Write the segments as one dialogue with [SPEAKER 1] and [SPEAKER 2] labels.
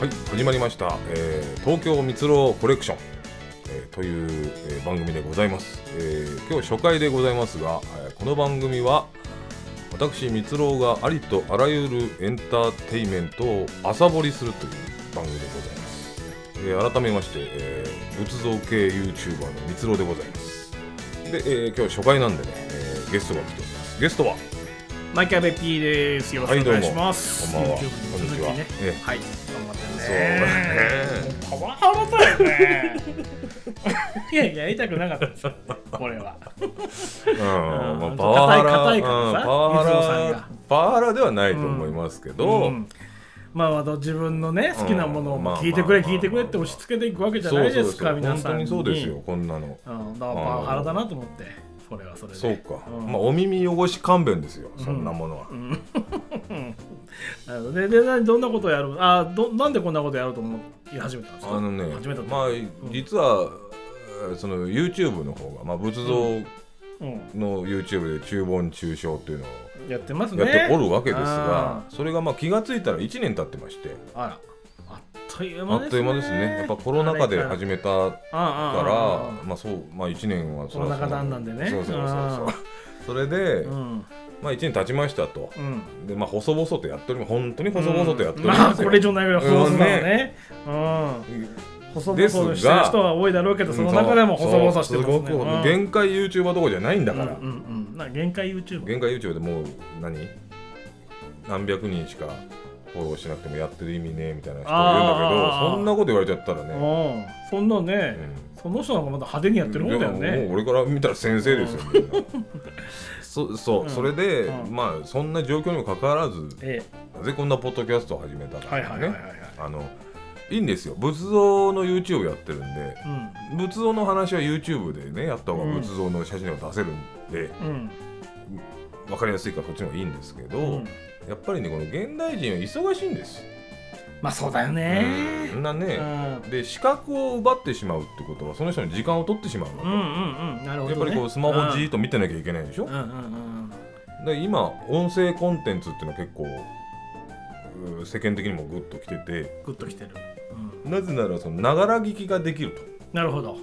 [SPEAKER 1] はい始まりました、えー東京蜜ろコレクション、えーという、えー番組でございます、えー今日初回でございますが、えーこの番組は私蜜ろがありとあらゆるエンターテイメントを朝掘りするという番組でございます、えー改めまして、えー仏像系 YouTuber の蜜ろでございますで、えー今日初回なんでね、えーゲストが来ておりますゲストは
[SPEAKER 2] マイキャベピーです。よろ
[SPEAKER 1] は
[SPEAKER 2] し
[SPEAKER 1] い
[SPEAKER 2] く
[SPEAKER 1] ど
[SPEAKER 2] お
[SPEAKER 1] うも
[SPEAKER 2] 願いします。
[SPEAKER 1] こんばんは
[SPEAKER 2] YouTube の
[SPEAKER 1] こんにち
[SPEAKER 2] 続
[SPEAKER 1] は
[SPEAKER 2] きね
[SPEAKER 1] ええ。
[SPEAKER 2] はい。頑張
[SPEAKER 1] そう
[SPEAKER 2] って
[SPEAKER 1] ね
[SPEAKER 2] ね。そうパワハラだよね。 いやいや、やりたくなかったです。これは。
[SPEAKER 1] うんまあ
[SPEAKER 2] うん
[SPEAKER 1] パワハラ
[SPEAKER 2] 硬い硬い
[SPEAKER 1] うん
[SPEAKER 2] か
[SPEAKER 1] パ
[SPEAKER 2] らさ
[SPEAKER 1] ワ
[SPEAKER 2] 水野さん
[SPEAKER 1] ハラ
[SPEAKER 2] が
[SPEAKER 1] パワハラではないと思いますけど、
[SPEAKER 2] うんまあ、あと自分のね、好きなもの
[SPEAKER 1] うんまあ
[SPEAKER 2] を聞いてくれ、
[SPEAKER 1] まあまあ
[SPEAKER 2] 聞いてくれって押し付けていくわけじゃ
[SPEAKER 1] そう
[SPEAKER 2] ない
[SPEAKER 1] そ
[SPEAKER 2] で
[SPEAKER 1] うそ
[SPEAKER 2] すか、
[SPEAKER 1] う
[SPEAKER 2] 皆
[SPEAKER 1] 本
[SPEAKER 2] さ
[SPEAKER 1] 当
[SPEAKER 2] んに。
[SPEAKER 1] にそうですよこんなの
[SPEAKER 2] うん。だからパワハラだなと思って、それはそれで。
[SPEAKER 1] そうか、
[SPEAKER 2] ん
[SPEAKER 1] まあお耳汚し勘弁ですよそんなものは、
[SPEAKER 2] なるほどねで、などんなことをやるあど、なんでこんなことやろうと思い始めたんですか
[SPEAKER 1] あのね
[SPEAKER 2] 始めたって
[SPEAKER 1] まあ実は、えーその YouTube の方が、まあ、仏像
[SPEAKER 2] うん
[SPEAKER 1] の YouTube で中盆中傷っていうのを
[SPEAKER 2] やってます
[SPEAKER 1] や
[SPEAKER 2] ね。
[SPEAKER 1] っておるわけですが
[SPEAKER 2] あ、
[SPEAKER 1] それがまあ気がついたら1年経ってまして
[SPEAKER 2] あら、あっという
[SPEAKER 1] あ
[SPEAKER 2] 間
[SPEAKER 1] っ
[SPEAKER 2] ですね。
[SPEAKER 1] という間ですねやっぱコロナ禍で始めた
[SPEAKER 2] ああ
[SPEAKER 1] か
[SPEAKER 2] ああ
[SPEAKER 1] ら、まあそう、まあ一年はそれは
[SPEAKER 2] コロナ禍なんなんでね。
[SPEAKER 1] そうそうそうそううんそれで、
[SPEAKER 2] うん、
[SPEAKER 1] まあ一年経ちましたと。
[SPEAKER 2] うん。
[SPEAKER 1] で、まあ細々とやっております。本当に細々とやっており
[SPEAKER 2] ま
[SPEAKER 1] ま
[SPEAKER 2] あ、
[SPEAKER 1] す
[SPEAKER 2] こ
[SPEAKER 1] よ。
[SPEAKER 2] れ以上ないぐらい細々だよね。うん。細々としてる人は多いだろうけど、その中でも細々してますね。
[SPEAKER 1] そうすごく、
[SPEAKER 2] うん
[SPEAKER 1] 限界 YouTuber どころじゃないんだから。
[SPEAKER 2] うんうんうん、なんか限界 YouTube。
[SPEAKER 1] 限界 YouTube でもう何何百人しかフォローしなくてもやってる意味ねみたいな人いるんだけ
[SPEAKER 2] あ
[SPEAKER 1] ど
[SPEAKER 2] ー
[SPEAKER 1] そんなこと言われちゃったら
[SPEAKER 2] う
[SPEAKER 1] ね、
[SPEAKER 2] ん。そんなね、
[SPEAKER 1] うん
[SPEAKER 2] その人なんかまだ派手にやってるもんだよ
[SPEAKER 1] でも
[SPEAKER 2] ね。
[SPEAKER 1] もう俺から見たら先生ですよ、みんなそそう、
[SPEAKER 2] うん
[SPEAKER 1] それで、
[SPEAKER 2] うん
[SPEAKER 1] まあそんな状況にもかかわらず
[SPEAKER 2] え
[SPEAKER 1] なぜこんなポッドキャストを始めた
[SPEAKER 2] え、
[SPEAKER 1] か
[SPEAKER 2] はいはいはいはい
[SPEAKER 1] ね
[SPEAKER 2] はい。
[SPEAKER 1] あのいいんですよ仏像の YouTube やってるんで仏像の話は YouTube でねやった方が
[SPEAKER 2] うん
[SPEAKER 1] 仏像の写真を出せるんで、
[SPEAKER 2] うん。うん。
[SPEAKER 1] 分かりやすいからそっちの方がいいんですけど、
[SPEAKER 2] うん
[SPEAKER 1] やっぱりねこの現代人は忙しいんです、
[SPEAKER 2] まあ、そうだ
[SPEAKER 1] う
[SPEAKER 2] よ
[SPEAKER 1] んそ
[SPEAKER 2] ね。
[SPEAKER 1] んな
[SPEAKER 2] うん。う
[SPEAKER 1] ね、
[SPEAKER 2] ん
[SPEAKER 1] で資格を奪ってしまうってことはその人の時間を取ってしまうわけ、
[SPEAKER 2] うんうん。なるほど、
[SPEAKER 1] や
[SPEAKER 2] ね。
[SPEAKER 1] っぱりこうスマホをじー
[SPEAKER 2] じ
[SPEAKER 1] っと見てなきゃいけないでしょ、
[SPEAKER 2] うんうんうん
[SPEAKER 1] で今音声コンテンツっていうのは結構うー世間的にもグッときてて
[SPEAKER 2] うん。グッときてる。うん。
[SPEAKER 1] なぜならそのながら聞きができる
[SPEAKER 2] なるほど。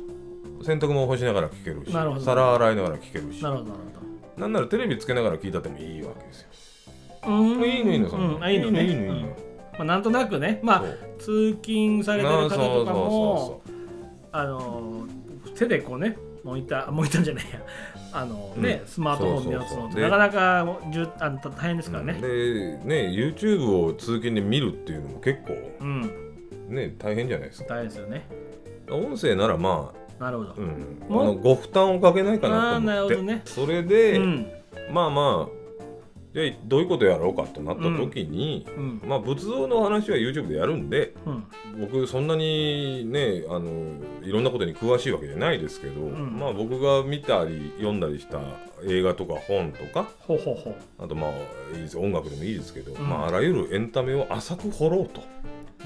[SPEAKER 1] と洗濯物干しながら聞けるし
[SPEAKER 2] なるほど
[SPEAKER 1] 皿洗いながら聞けるし
[SPEAKER 2] な
[SPEAKER 1] な
[SPEAKER 2] るほど、なる
[SPEAKER 1] んならテレビつけながら聞いたってもいいわけですよ、
[SPEAKER 2] ほど。う
[SPEAKER 1] いいのいいのそんな
[SPEAKER 2] うん、あいいのね。
[SPEAKER 1] いいのいいのいい
[SPEAKER 2] うん
[SPEAKER 1] の
[SPEAKER 2] まあ、なんとなくね、まあ
[SPEAKER 1] そう、
[SPEAKER 2] 通勤されてる
[SPEAKER 1] な
[SPEAKER 2] 方
[SPEAKER 1] あそう
[SPEAKER 2] とか
[SPEAKER 1] そ、
[SPEAKER 2] も
[SPEAKER 1] うそう
[SPEAKER 2] あのー、手でこうね、モニター、モニターじゃないや、あのーね、
[SPEAKER 1] うん
[SPEAKER 2] スマートフォンのや
[SPEAKER 1] そ
[SPEAKER 2] つ
[SPEAKER 1] うそ
[SPEAKER 2] の
[SPEAKER 1] う
[SPEAKER 2] っ
[SPEAKER 1] そう
[SPEAKER 2] て、なかなかじゅあの大変ですから
[SPEAKER 1] うん
[SPEAKER 2] ね。
[SPEAKER 1] でね YouTube を通勤で見るっていうのも結構
[SPEAKER 2] うん、
[SPEAKER 1] ね大変じゃないですか
[SPEAKER 2] 大変ですよね。
[SPEAKER 1] 音声ならまあ、
[SPEAKER 2] なるほど
[SPEAKER 1] う。ん、あ
[SPEAKER 2] も
[SPEAKER 1] のご負担をかけないかなと
[SPEAKER 2] あーな
[SPEAKER 1] 思って
[SPEAKER 2] るほどね
[SPEAKER 1] それで、
[SPEAKER 2] うん、
[SPEAKER 1] まあまあじゃあどういうことやろうかとなった時に、
[SPEAKER 2] うん、
[SPEAKER 1] まあ仏像の話は YouTube でやるんで
[SPEAKER 2] うん、
[SPEAKER 1] 僕そんなにねあのいろんなことに詳しいわけじゃないですけど、
[SPEAKER 2] ん
[SPEAKER 1] まあ僕が見たり読んだりした映画とか本とか
[SPEAKER 2] ほうほうほう。
[SPEAKER 1] あとまあいいです音楽でもいいですけど、
[SPEAKER 2] ん
[SPEAKER 1] まああらゆるエンタメを浅く掘ろうと。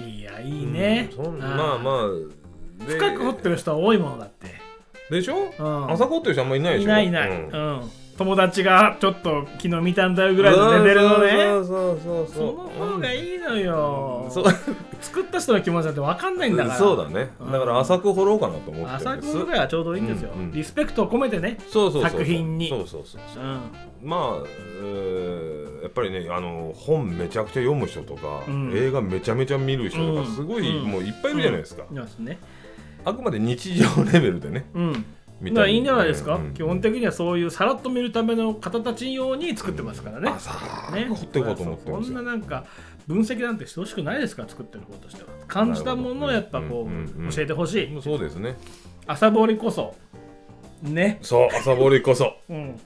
[SPEAKER 2] いや、いいね。
[SPEAKER 1] うんそん
[SPEAKER 2] あー
[SPEAKER 1] まあまあで
[SPEAKER 2] 深く掘ってる人は多いものだって。
[SPEAKER 1] でしょ、
[SPEAKER 2] うん
[SPEAKER 1] 浅く掘ってる人あんまいないでしょ
[SPEAKER 2] いないいない、
[SPEAKER 1] う
[SPEAKER 2] うんん友達がちょっと昨日見たんだよぐらいのレベルのね
[SPEAKER 1] そうそうそう
[SPEAKER 2] その方がいいのよ、
[SPEAKER 1] そう
[SPEAKER 2] 作った人の気持ちだって分かんないんだから
[SPEAKER 1] そうだねだから浅く掘ろうかなと思ってる
[SPEAKER 2] 浅
[SPEAKER 1] ん
[SPEAKER 2] く
[SPEAKER 1] です
[SPEAKER 2] ぐらいはちょうどいいんですよ、
[SPEAKER 1] うんうん
[SPEAKER 2] リスペクトを込めてね
[SPEAKER 1] そうそうそう
[SPEAKER 2] 作品に
[SPEAKER 1] そうそうそうそう
[SPEAKER 2] うん
[SPEAKER 1] まあ、えーやっぱりねあの本めちゃくちゃ読む人とか、
[SPEAKER 2] うん
[SPEAKER 1] 映画めちゃめちゃ見る人と
[SPEAKER 2] う
[SPEAKER 1] か
[SPEAKER 2] ん
[SPEAKER 1] すごい、
[SPEAKER 2] うん
[SPEAKER 1] もういっぱいいるじゃないですか、
[SPEAKER 2] いますね
[SPEAKER 1] あくまで日常レベルでね
[SPEAKER 2] うん
[SPEAKER 1] 見
[SPEAKER 2] だからいいんじゃないですか、
[SPEAKER 1] うんうん
[SPEAKER 2] 基本的にはそういうさらっと見るための方たち用に作ってますからね、
[SPEAKER 1] 浅
[SPEAKER 2] ね、
[SPEAKER 1] く掘っていこうと思ってるんで
[SPEAKER 2] そ
[SPEAKER 1] す
[SPEAKER 2] んな
[SPEAKER 1] よ
[SPEAKER 2] なんか分析なんてしてほしくないですから作ってる方としては感じたものをやっぱこ
[SPEAKER 1] なるほどうんうんうん
[SPEAKER 2] う教えてほしい
[SPEAKER 1] そうですね
[SPEAKER 2] 朝掘りこそね
[SPEAKER 1] そう朝掘りこそ
[SPEAKER 2] うん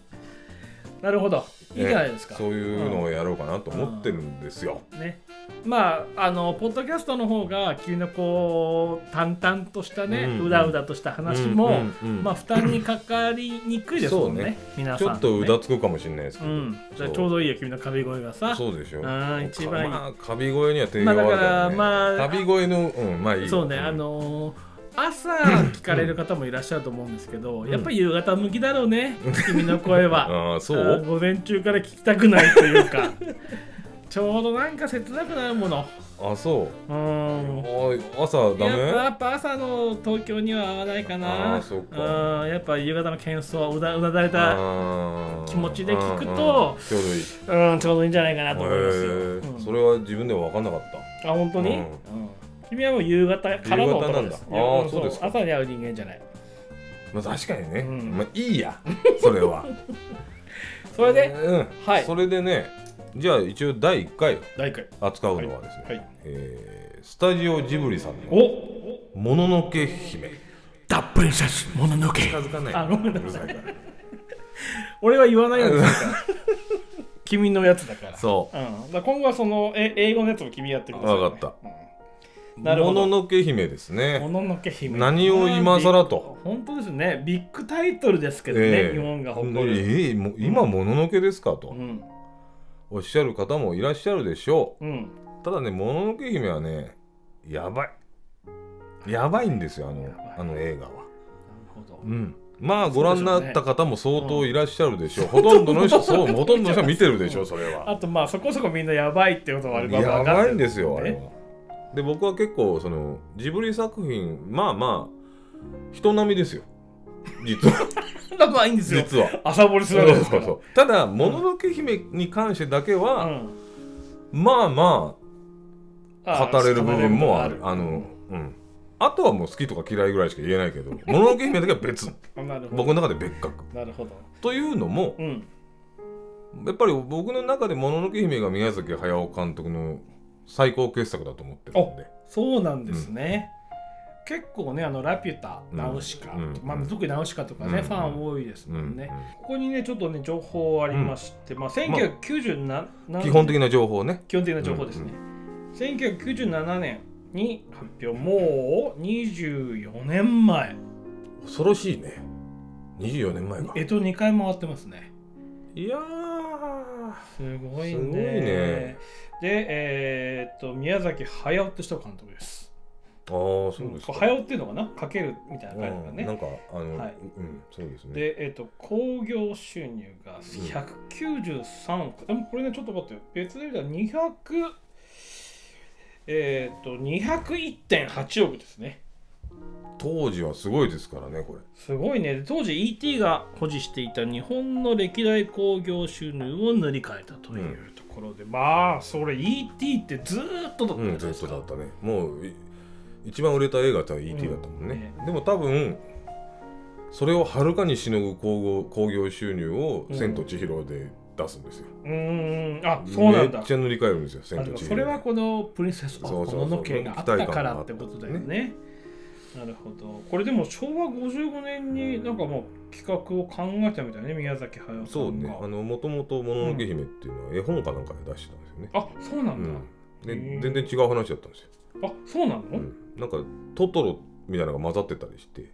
[SPEAKER 2] なるほど いいじゃないですか、
[SPEAKER 1] ねそういうのをやろうかなと思ってるんですよ、
[SPEAKER 2] ねまああのポッドキャストの方が急なこう淡々とした
[SPEAKER 1] う
[SPEAKER 2] ね、うん
[SPEAKER 1] うん
[SPEAKER 2] だうだとした話も、
[SPEAKER 1] うんうんうん
[SPEAKER 2] まあ負担にかかりにくいですもんね
[SPEAKER 1] そうね
[SPEAKER 2] 皆さ
[SPEAKER 1] ち
[SPEAKER 2] ん
[SPEAKER 1] ょっとうだつくかもしれないですけ
[SPEAKER 2] う
[SPEAKER 1] ど、
[SPEAKER 2] ん、じ
[SPEAKER 1] そ
[SPEAKER 2] ゃあ
[SPEAKER 1] う
[SPEAKER 2] ちょうどいいよ君のカビ声がさ
[SPEAKER 1] そうでしょ
[SPEAKER 2] あー一番いい
[SPEAKER 1] まあカビ声には定評あるから、ね
[SPEAKER 2] まあだからまあ
[SPEAKER 1] カビ声のうんまあいいよ
[SPEAKER 2] そうね、
[SPEAKER 1] ん
[SPEAKER 2] あのー朝聞かれる方もいらっしゃると思うんですけど、
[SPEAKER 1] ん
[SPEAKER 2] やっぱり夕方向きだろうね、君の声は。
[SPEAKER 1] あーそ
[SPEAKER 2] あー
[SPEAKER 1] う
[SPEAKER 2] 午前中から聞きたくないというか、ちょうどなんか切なくなるもの
[SPEAKER 1] あそうう、
[SPEAKER 2] ん
[SPEAKER 1] おい朝ダ
[SPEAKER 2] やっぱ
[SPEAKER 1] メ
[SPEAKER 2] やっぱ朝の東京には合わないかな
[SPEAKER 1] あーそっか
[SPEAKER 2] うんやっぱ夕方の喧騒うだうだだれた
[SPEAKER 1] あー
[SPEAKER 2] 気持ちで聞く
[SPEAKER 1] う
[SPEAKER 2] と
[SPEAKER 1] んちょうどいい
[SPEAKER 2] うんちょうどいいんじゃないかなと思いますよ、
[SPEAKER 1] へ
[SPEAKER 2] う
[SPEAKER 1] ー
[SPEAKER 2] ん
[SPEAKER 1] それは自分では分かんなかっ
[SPEAKER 2] あ本当に、
[SPEAKER 1] うん
[SPEAKER 2] 君はもう夕方からの男です
[SPEAKER 1] 夕方なんだあー
[SPEAKER 2] いや
[SPEAKER 1] そうですか
[SPEAKER 2] 朝に会う人間じゃない
[SPEAKER 1] た、まあ、確かにね、
[SPEAKER 2] うん
[SPEAKER 1] まあいいやそれ は
[SPEAKER 2] それで
[SPEAKER 1] うん
[SPEAKER 2] はい
[SPEAKER 1] それでねじゃあ一応第1回
[SPEAKER 2] 第1回
[SPEAKER 1] 扱うのはですね、
[SPEAKER 2] はいはい
[SPEAKER 1] えースタジオジブリさんの
[SPEAKER 2] お
[SPEAKER 1] 「もののけ姫
[SPEAKER 2] ダップリンセスもののけ」
[SPEAKER 1] づかない
[SPEAKER 2] あごめんなさいう
[SPEAKER 1] るさいか
[SPEAKER 2] 俺は言わないようにす るから君のやつだから
[SPEAKER 1] らそう
[SPEAKER 2] う、ん、だから今後はそのえ英語のやつも君やってください、ね、
[SPEAKER 1] わかった
[SPEAKER 2] なるほ
[SPEAKER 1] も
[SPEAKER 2] ど
[SPEAKER 1] ののけ姫です
[SPEAKER 2] うんも
[SPEAKER 1] ね。
[SPEAKER 2] ののけ姫
[SPEAKER 1] 何を今更と。
[SPEAKER 2] 本当ですねビッグタイトルですけどね、
[SPEAKER 1] ええ
[SPEAKER 2] 日本が誇る、
[SPEAKER 1] ええもう今、もののけですかと
[SPEAKER 2] うん
[SPEAKER 1] おっしゃる方もいらっしゃるでしょ
[SPEAKER 2] うん
[SPEAKER 1] う。ただね、もののけ姫はね、やばい。やばいんですよ、あの
[SPEAKER 2] やばい
[SPEAKER 1] あの映画は。
[SPEAKER 2] なるほど
[SPEAKER 1] うん。まあ、ご覧になった方も相当
[SPEAKER 2] そうでしょうね
[SPEAKER 1] いらっしゃるでしょう。ほとんどの 人、
[SPEAKER 2] ほとんど
[SPEAKER 1] そ
[SPEAKER 2] の
[SPEAKER 1] う、
[SPEAKER 2] 人
[SPEAKER 1] ほとんどの人は見てるでしょう、それは。
[SPEAKER 2] あとまあそこそこみんなやばいってことはあれば
[SPEAKER 1] や
[SPEAKER 2] 分かっ
[SPEAKER 1] ば
[SPEAKER 2] て
[SPEAKER 1] いんですよ、あれ
[SPEAKER 2] ね
[SPEAKER 1] は。で、僕は結構、その、ジブリ作品、まあまあ、人並みですよ。実 は、
[SPEAKER 2] まあいいんですよ
[SPEAKER 1] 実は。
[SPEAKER 2] 朝掘りす
[SPEAKER 1] そ
[SPEAKER 2] る
[SPEAKER 1] う
[SPEAKER 2] わけです
[SPEAKER 1] そ
[SPEAKER 2] か
[SPEAKER 1] う
[SPEAKER 2] ら
[SPEAKER 1] そうただ「もののけ姫」に関してだけ
[SPEAKER 2] う
[SPEAKER 1] は、
[SPEAKER 2] ん
[SPEAKER 1] まあまあ
[SPEAKER 2] あ
[SPEAKER 1] 語れる部分もあ
[SPEAKER 2] 語
[SPEAKER 1] る
[SPEAKER 2] れ
[SPEAKER 1] あ
[SPEAKER 2] る部
[SPEAKER 1] の
[SPEAKER 2] 分も
[SPEAKER 1] うんあとはもう好きとか嫌いぐらいしか言えない けど「もののけ姫」だけは別
[SPEAKER 2] あなるほど
[SPEAKER 1] 僕の中で別格
[SPEAKER 2] なるほど
[SPEAKER 1] というのも
[SPEAKER 2] うん
[SPEAKER 1] やっぱり僕の中で「もののけ姫」が宮崎駿監督の最高傑作だと思ってるんで
[SPEAKER 2] そうなんですね、結構ねあのラピュタ
[SPEAKER 1] うん
[SPEAKER 2] ナウシカ、
[SPEAKER 1] うん
[SPEAKER 2] まあ、特にナウシカとかね、
[SPEAKER 1] うん
[SPEAKER 2] ファン多いです
[SPEAKER 1] うん
[SPEAKER 2] もんね、
[SPEAKER 1] う
[SPEAKER 2] ここにねちょっとね情報ありまして、まあ1997
[SPEAKER 1] ん基本的
[SPEAKER 2] な
[SPEAKER 1] な情報ね
[SPEAKER 2] 基本的な情報ですね、1997年に発表もう24年前
[SPEAKER 1] 恐ろしいね24年前か
[SPEAKER 2] えと2回回ってますね
[SPEAKER 1] いやー
[SPEAKER 2] すごいね
[SPEAKER 1] すごいね
[SPEAKER 2] でえーっと宮崎駿って人が監督です
[SPEAKER 1] あーそうですか
[SPEAKER 2] 駿っていうのかなかけるみたいな感じだ
[SPEAKER 1] うん
[SPEAKER 2] ね、
[SPEAKER 1] なんかあの
[SPEAKER 2] はい
[SPEAKER 1] うんそうですね
[SPEAKER 2] で、えっと興行収入が193億、でもこれねちょっと待ってよ別で見たら200えっと201.8億ですね
[SPEAKER 1] 当時はすごいですからねこれ
[SPEAKER 2] すごいねで当時 ET が保持していた日本の歴代興行収入を塗り替えたというところで、まあそれ ET ってずーっとだった
[SPEAKER 1] うんん
[SPEAKER 2] じ
[SPEAKER 1] ずっ
[SPEAKER 2] ゃないです
[SPEAKER 1] と
[SPEAKER 2] か、
[SPEAKER 1] だったねもうい一番売れた映画ってのは E.T. だったもんね、でも多分それをはるかにしのぐ興行興行収入を「
[SPEAKER 2] うん
[SPEAKER 1] 千と千尋」で出すんですよ、
[SPEAKER 2] うーんあそうなんだ
[SPEAKER 1] めっちゃ塗り替えるんですよ「千
[SPEAKER 2] あ
[SPEAKER 1] と
[SPEAKER 2] でも
[SPEAKER 1] 千尋」
[SPEAKER 2] それはこのプリンセスの
[SPEAKER 1] そうそうそう
[SPEAKER 2] もののけがあったからってことだよね。なるほど。これでも昭和55年になんかもう企画を考えたみたいね、宮崎駿さんが。
[SPEAKER 1] そうねあのもともと「もののけ姫」っていうのは絵本かなんかで出してたんですよね、
[SPEAKER 2] あそうな
[SPEAKER 1] うん
[SPEAKER 2] だ。へ
[SPEAKER 1] ん
[SPEAKER 2] ー
[SPEAKER 1] で全然違う話だったんですよ、
[SPEAKER 2] あそうなの
[SPEAKER 1] う
[SPEAKER 2] うん。
[SPEAKER 1] ん、なんかトトロみたいなのが混ざってたりして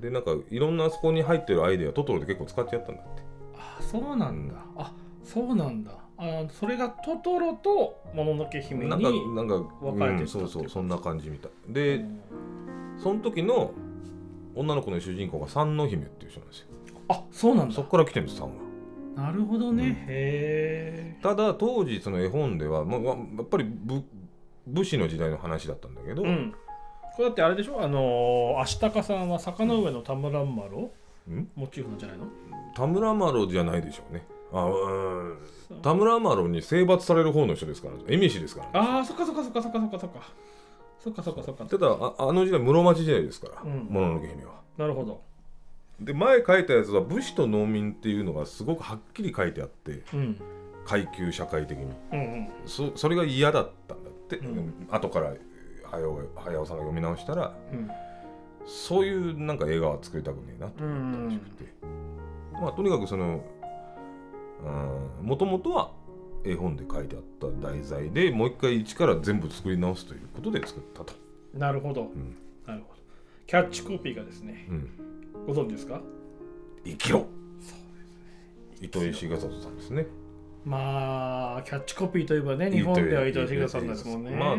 [SPEAKER 1] でなんかいろんなそこに入ってるアイデアトトロで結構使っちゃったんだって
[SPEAKER 2] あそうなんだ。あそうなんだ。あそれがトトロともののけ姫に。
[SPEAKER 1] なんかなんか
[SPEAKER 2] 分かれて
[SPEAKER 1] う
[SPEAKER 2] る
[SPEAKER 1] んそう
[SPEAKER 2] って
[SPEAKER 1] そ
[SPEAKER 2] こと
[SPEAKER 1] うそんな感じみたいで、
[SPEAKER 2] うん
[SPEAKER 1] その時の女の子の主人公が三の姫っていう人なんですよ
[SPEAKER 2] あそうなんだ
[SPEAKER 1] そ。こから来てるんです三は
[SPEAKER 2] なるほどね。
[SPEAKER 1] うん
[SPEAKER 2] へえ。
[SPEAKER 1] ただ当時その絵本では、まあ、まあやっぱり武武士の時代の話だったんだけど、
[SPEAKER 2] うん。これだってあれでしょあのー、アシタカさんは坂の上の田村麻呂
[SPEAKER 1] ん
[SPEAKER 2] モチーフなんじゃないの
[SPEAKER 1] 田村麻呂じゃないでしょうねあうーん田村麻呂に征伐される方の人ですから恵比寿ですから、ね、
[SPEAKER 2] ああ、そっかそっかそっかそっかそっかそっか。そっかそっかそっか。
[SPEAKER 1] ただああの時代室町時代ですから
[SPEAKER 2] う
[SPEAKER 1] も
[SPEAKER 2] ん
[SPEAKER 1] の、のけ姫は
[SPEAKER 2] なるほど。
[SPEAKER 1] で前書いたやつは武士と農民っていうのがすごくはっきり書いてあって
[SPEAKER 2] うん。
[SPEAKER 1] 階級社会的に
[SPEAKER 2] うんうん。
[SPEAKER 1] そそれが嫌だったんだって、
[SPEAKER 2] う
[SPEAKER 1] うんん、後から早尾が早尾さんが読み直したら
[SPEAKER 2] うん。
[SPEAKER 1] そういうなんか映画は作りたくねえなと
[SPEAKER 2] うん
[SPEAKER 1] 思ったらしくて、まあとにかくそのもともとは絵本で書いてあった題材でもう一回一から全部作り直すということで作ったと、
[SPEAKER 2] なるほど。
[SPEAKER 1] うん
[SPEAKER 2] なるほど。キャッチコピーがですね、
[SPEAKER 1] うん、
[SPEAKER 2] ご存知ですか
[SPEAKER 1] 生きろ糸井重里さんですね
[SPEAKER 2] まあ、キャッチコピーといえばね、日本では伊藤重さんですもんね。
[SPEAKER 1] まあ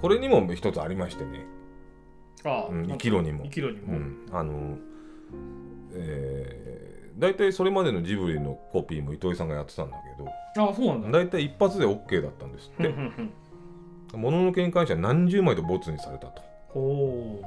[SPEAKER 1] これにも一つありましてね
[SPEAKER 2] ああ
[SPEAKER 1] うん生きろにも
[SPEAKER 2] 生きろに
[SPEAKER 1] う
[SPEAKER 2] も。
[SPEAKER 1] ん、あの、え大体それまでのジブリのコピーも糸井さんがやってたんだけど
[SPEAKER 2] あそうなんだ
[SPEAKER 1] 大体一発で OK だったんですっ
[SPEAKER 2] ふん
[SPEAKER 1] て
[SPEAKER 2] ふんふん
[SPEAKER 1] もののけに関しては何十枚とボツにされたと
[SPEAKER 2] おお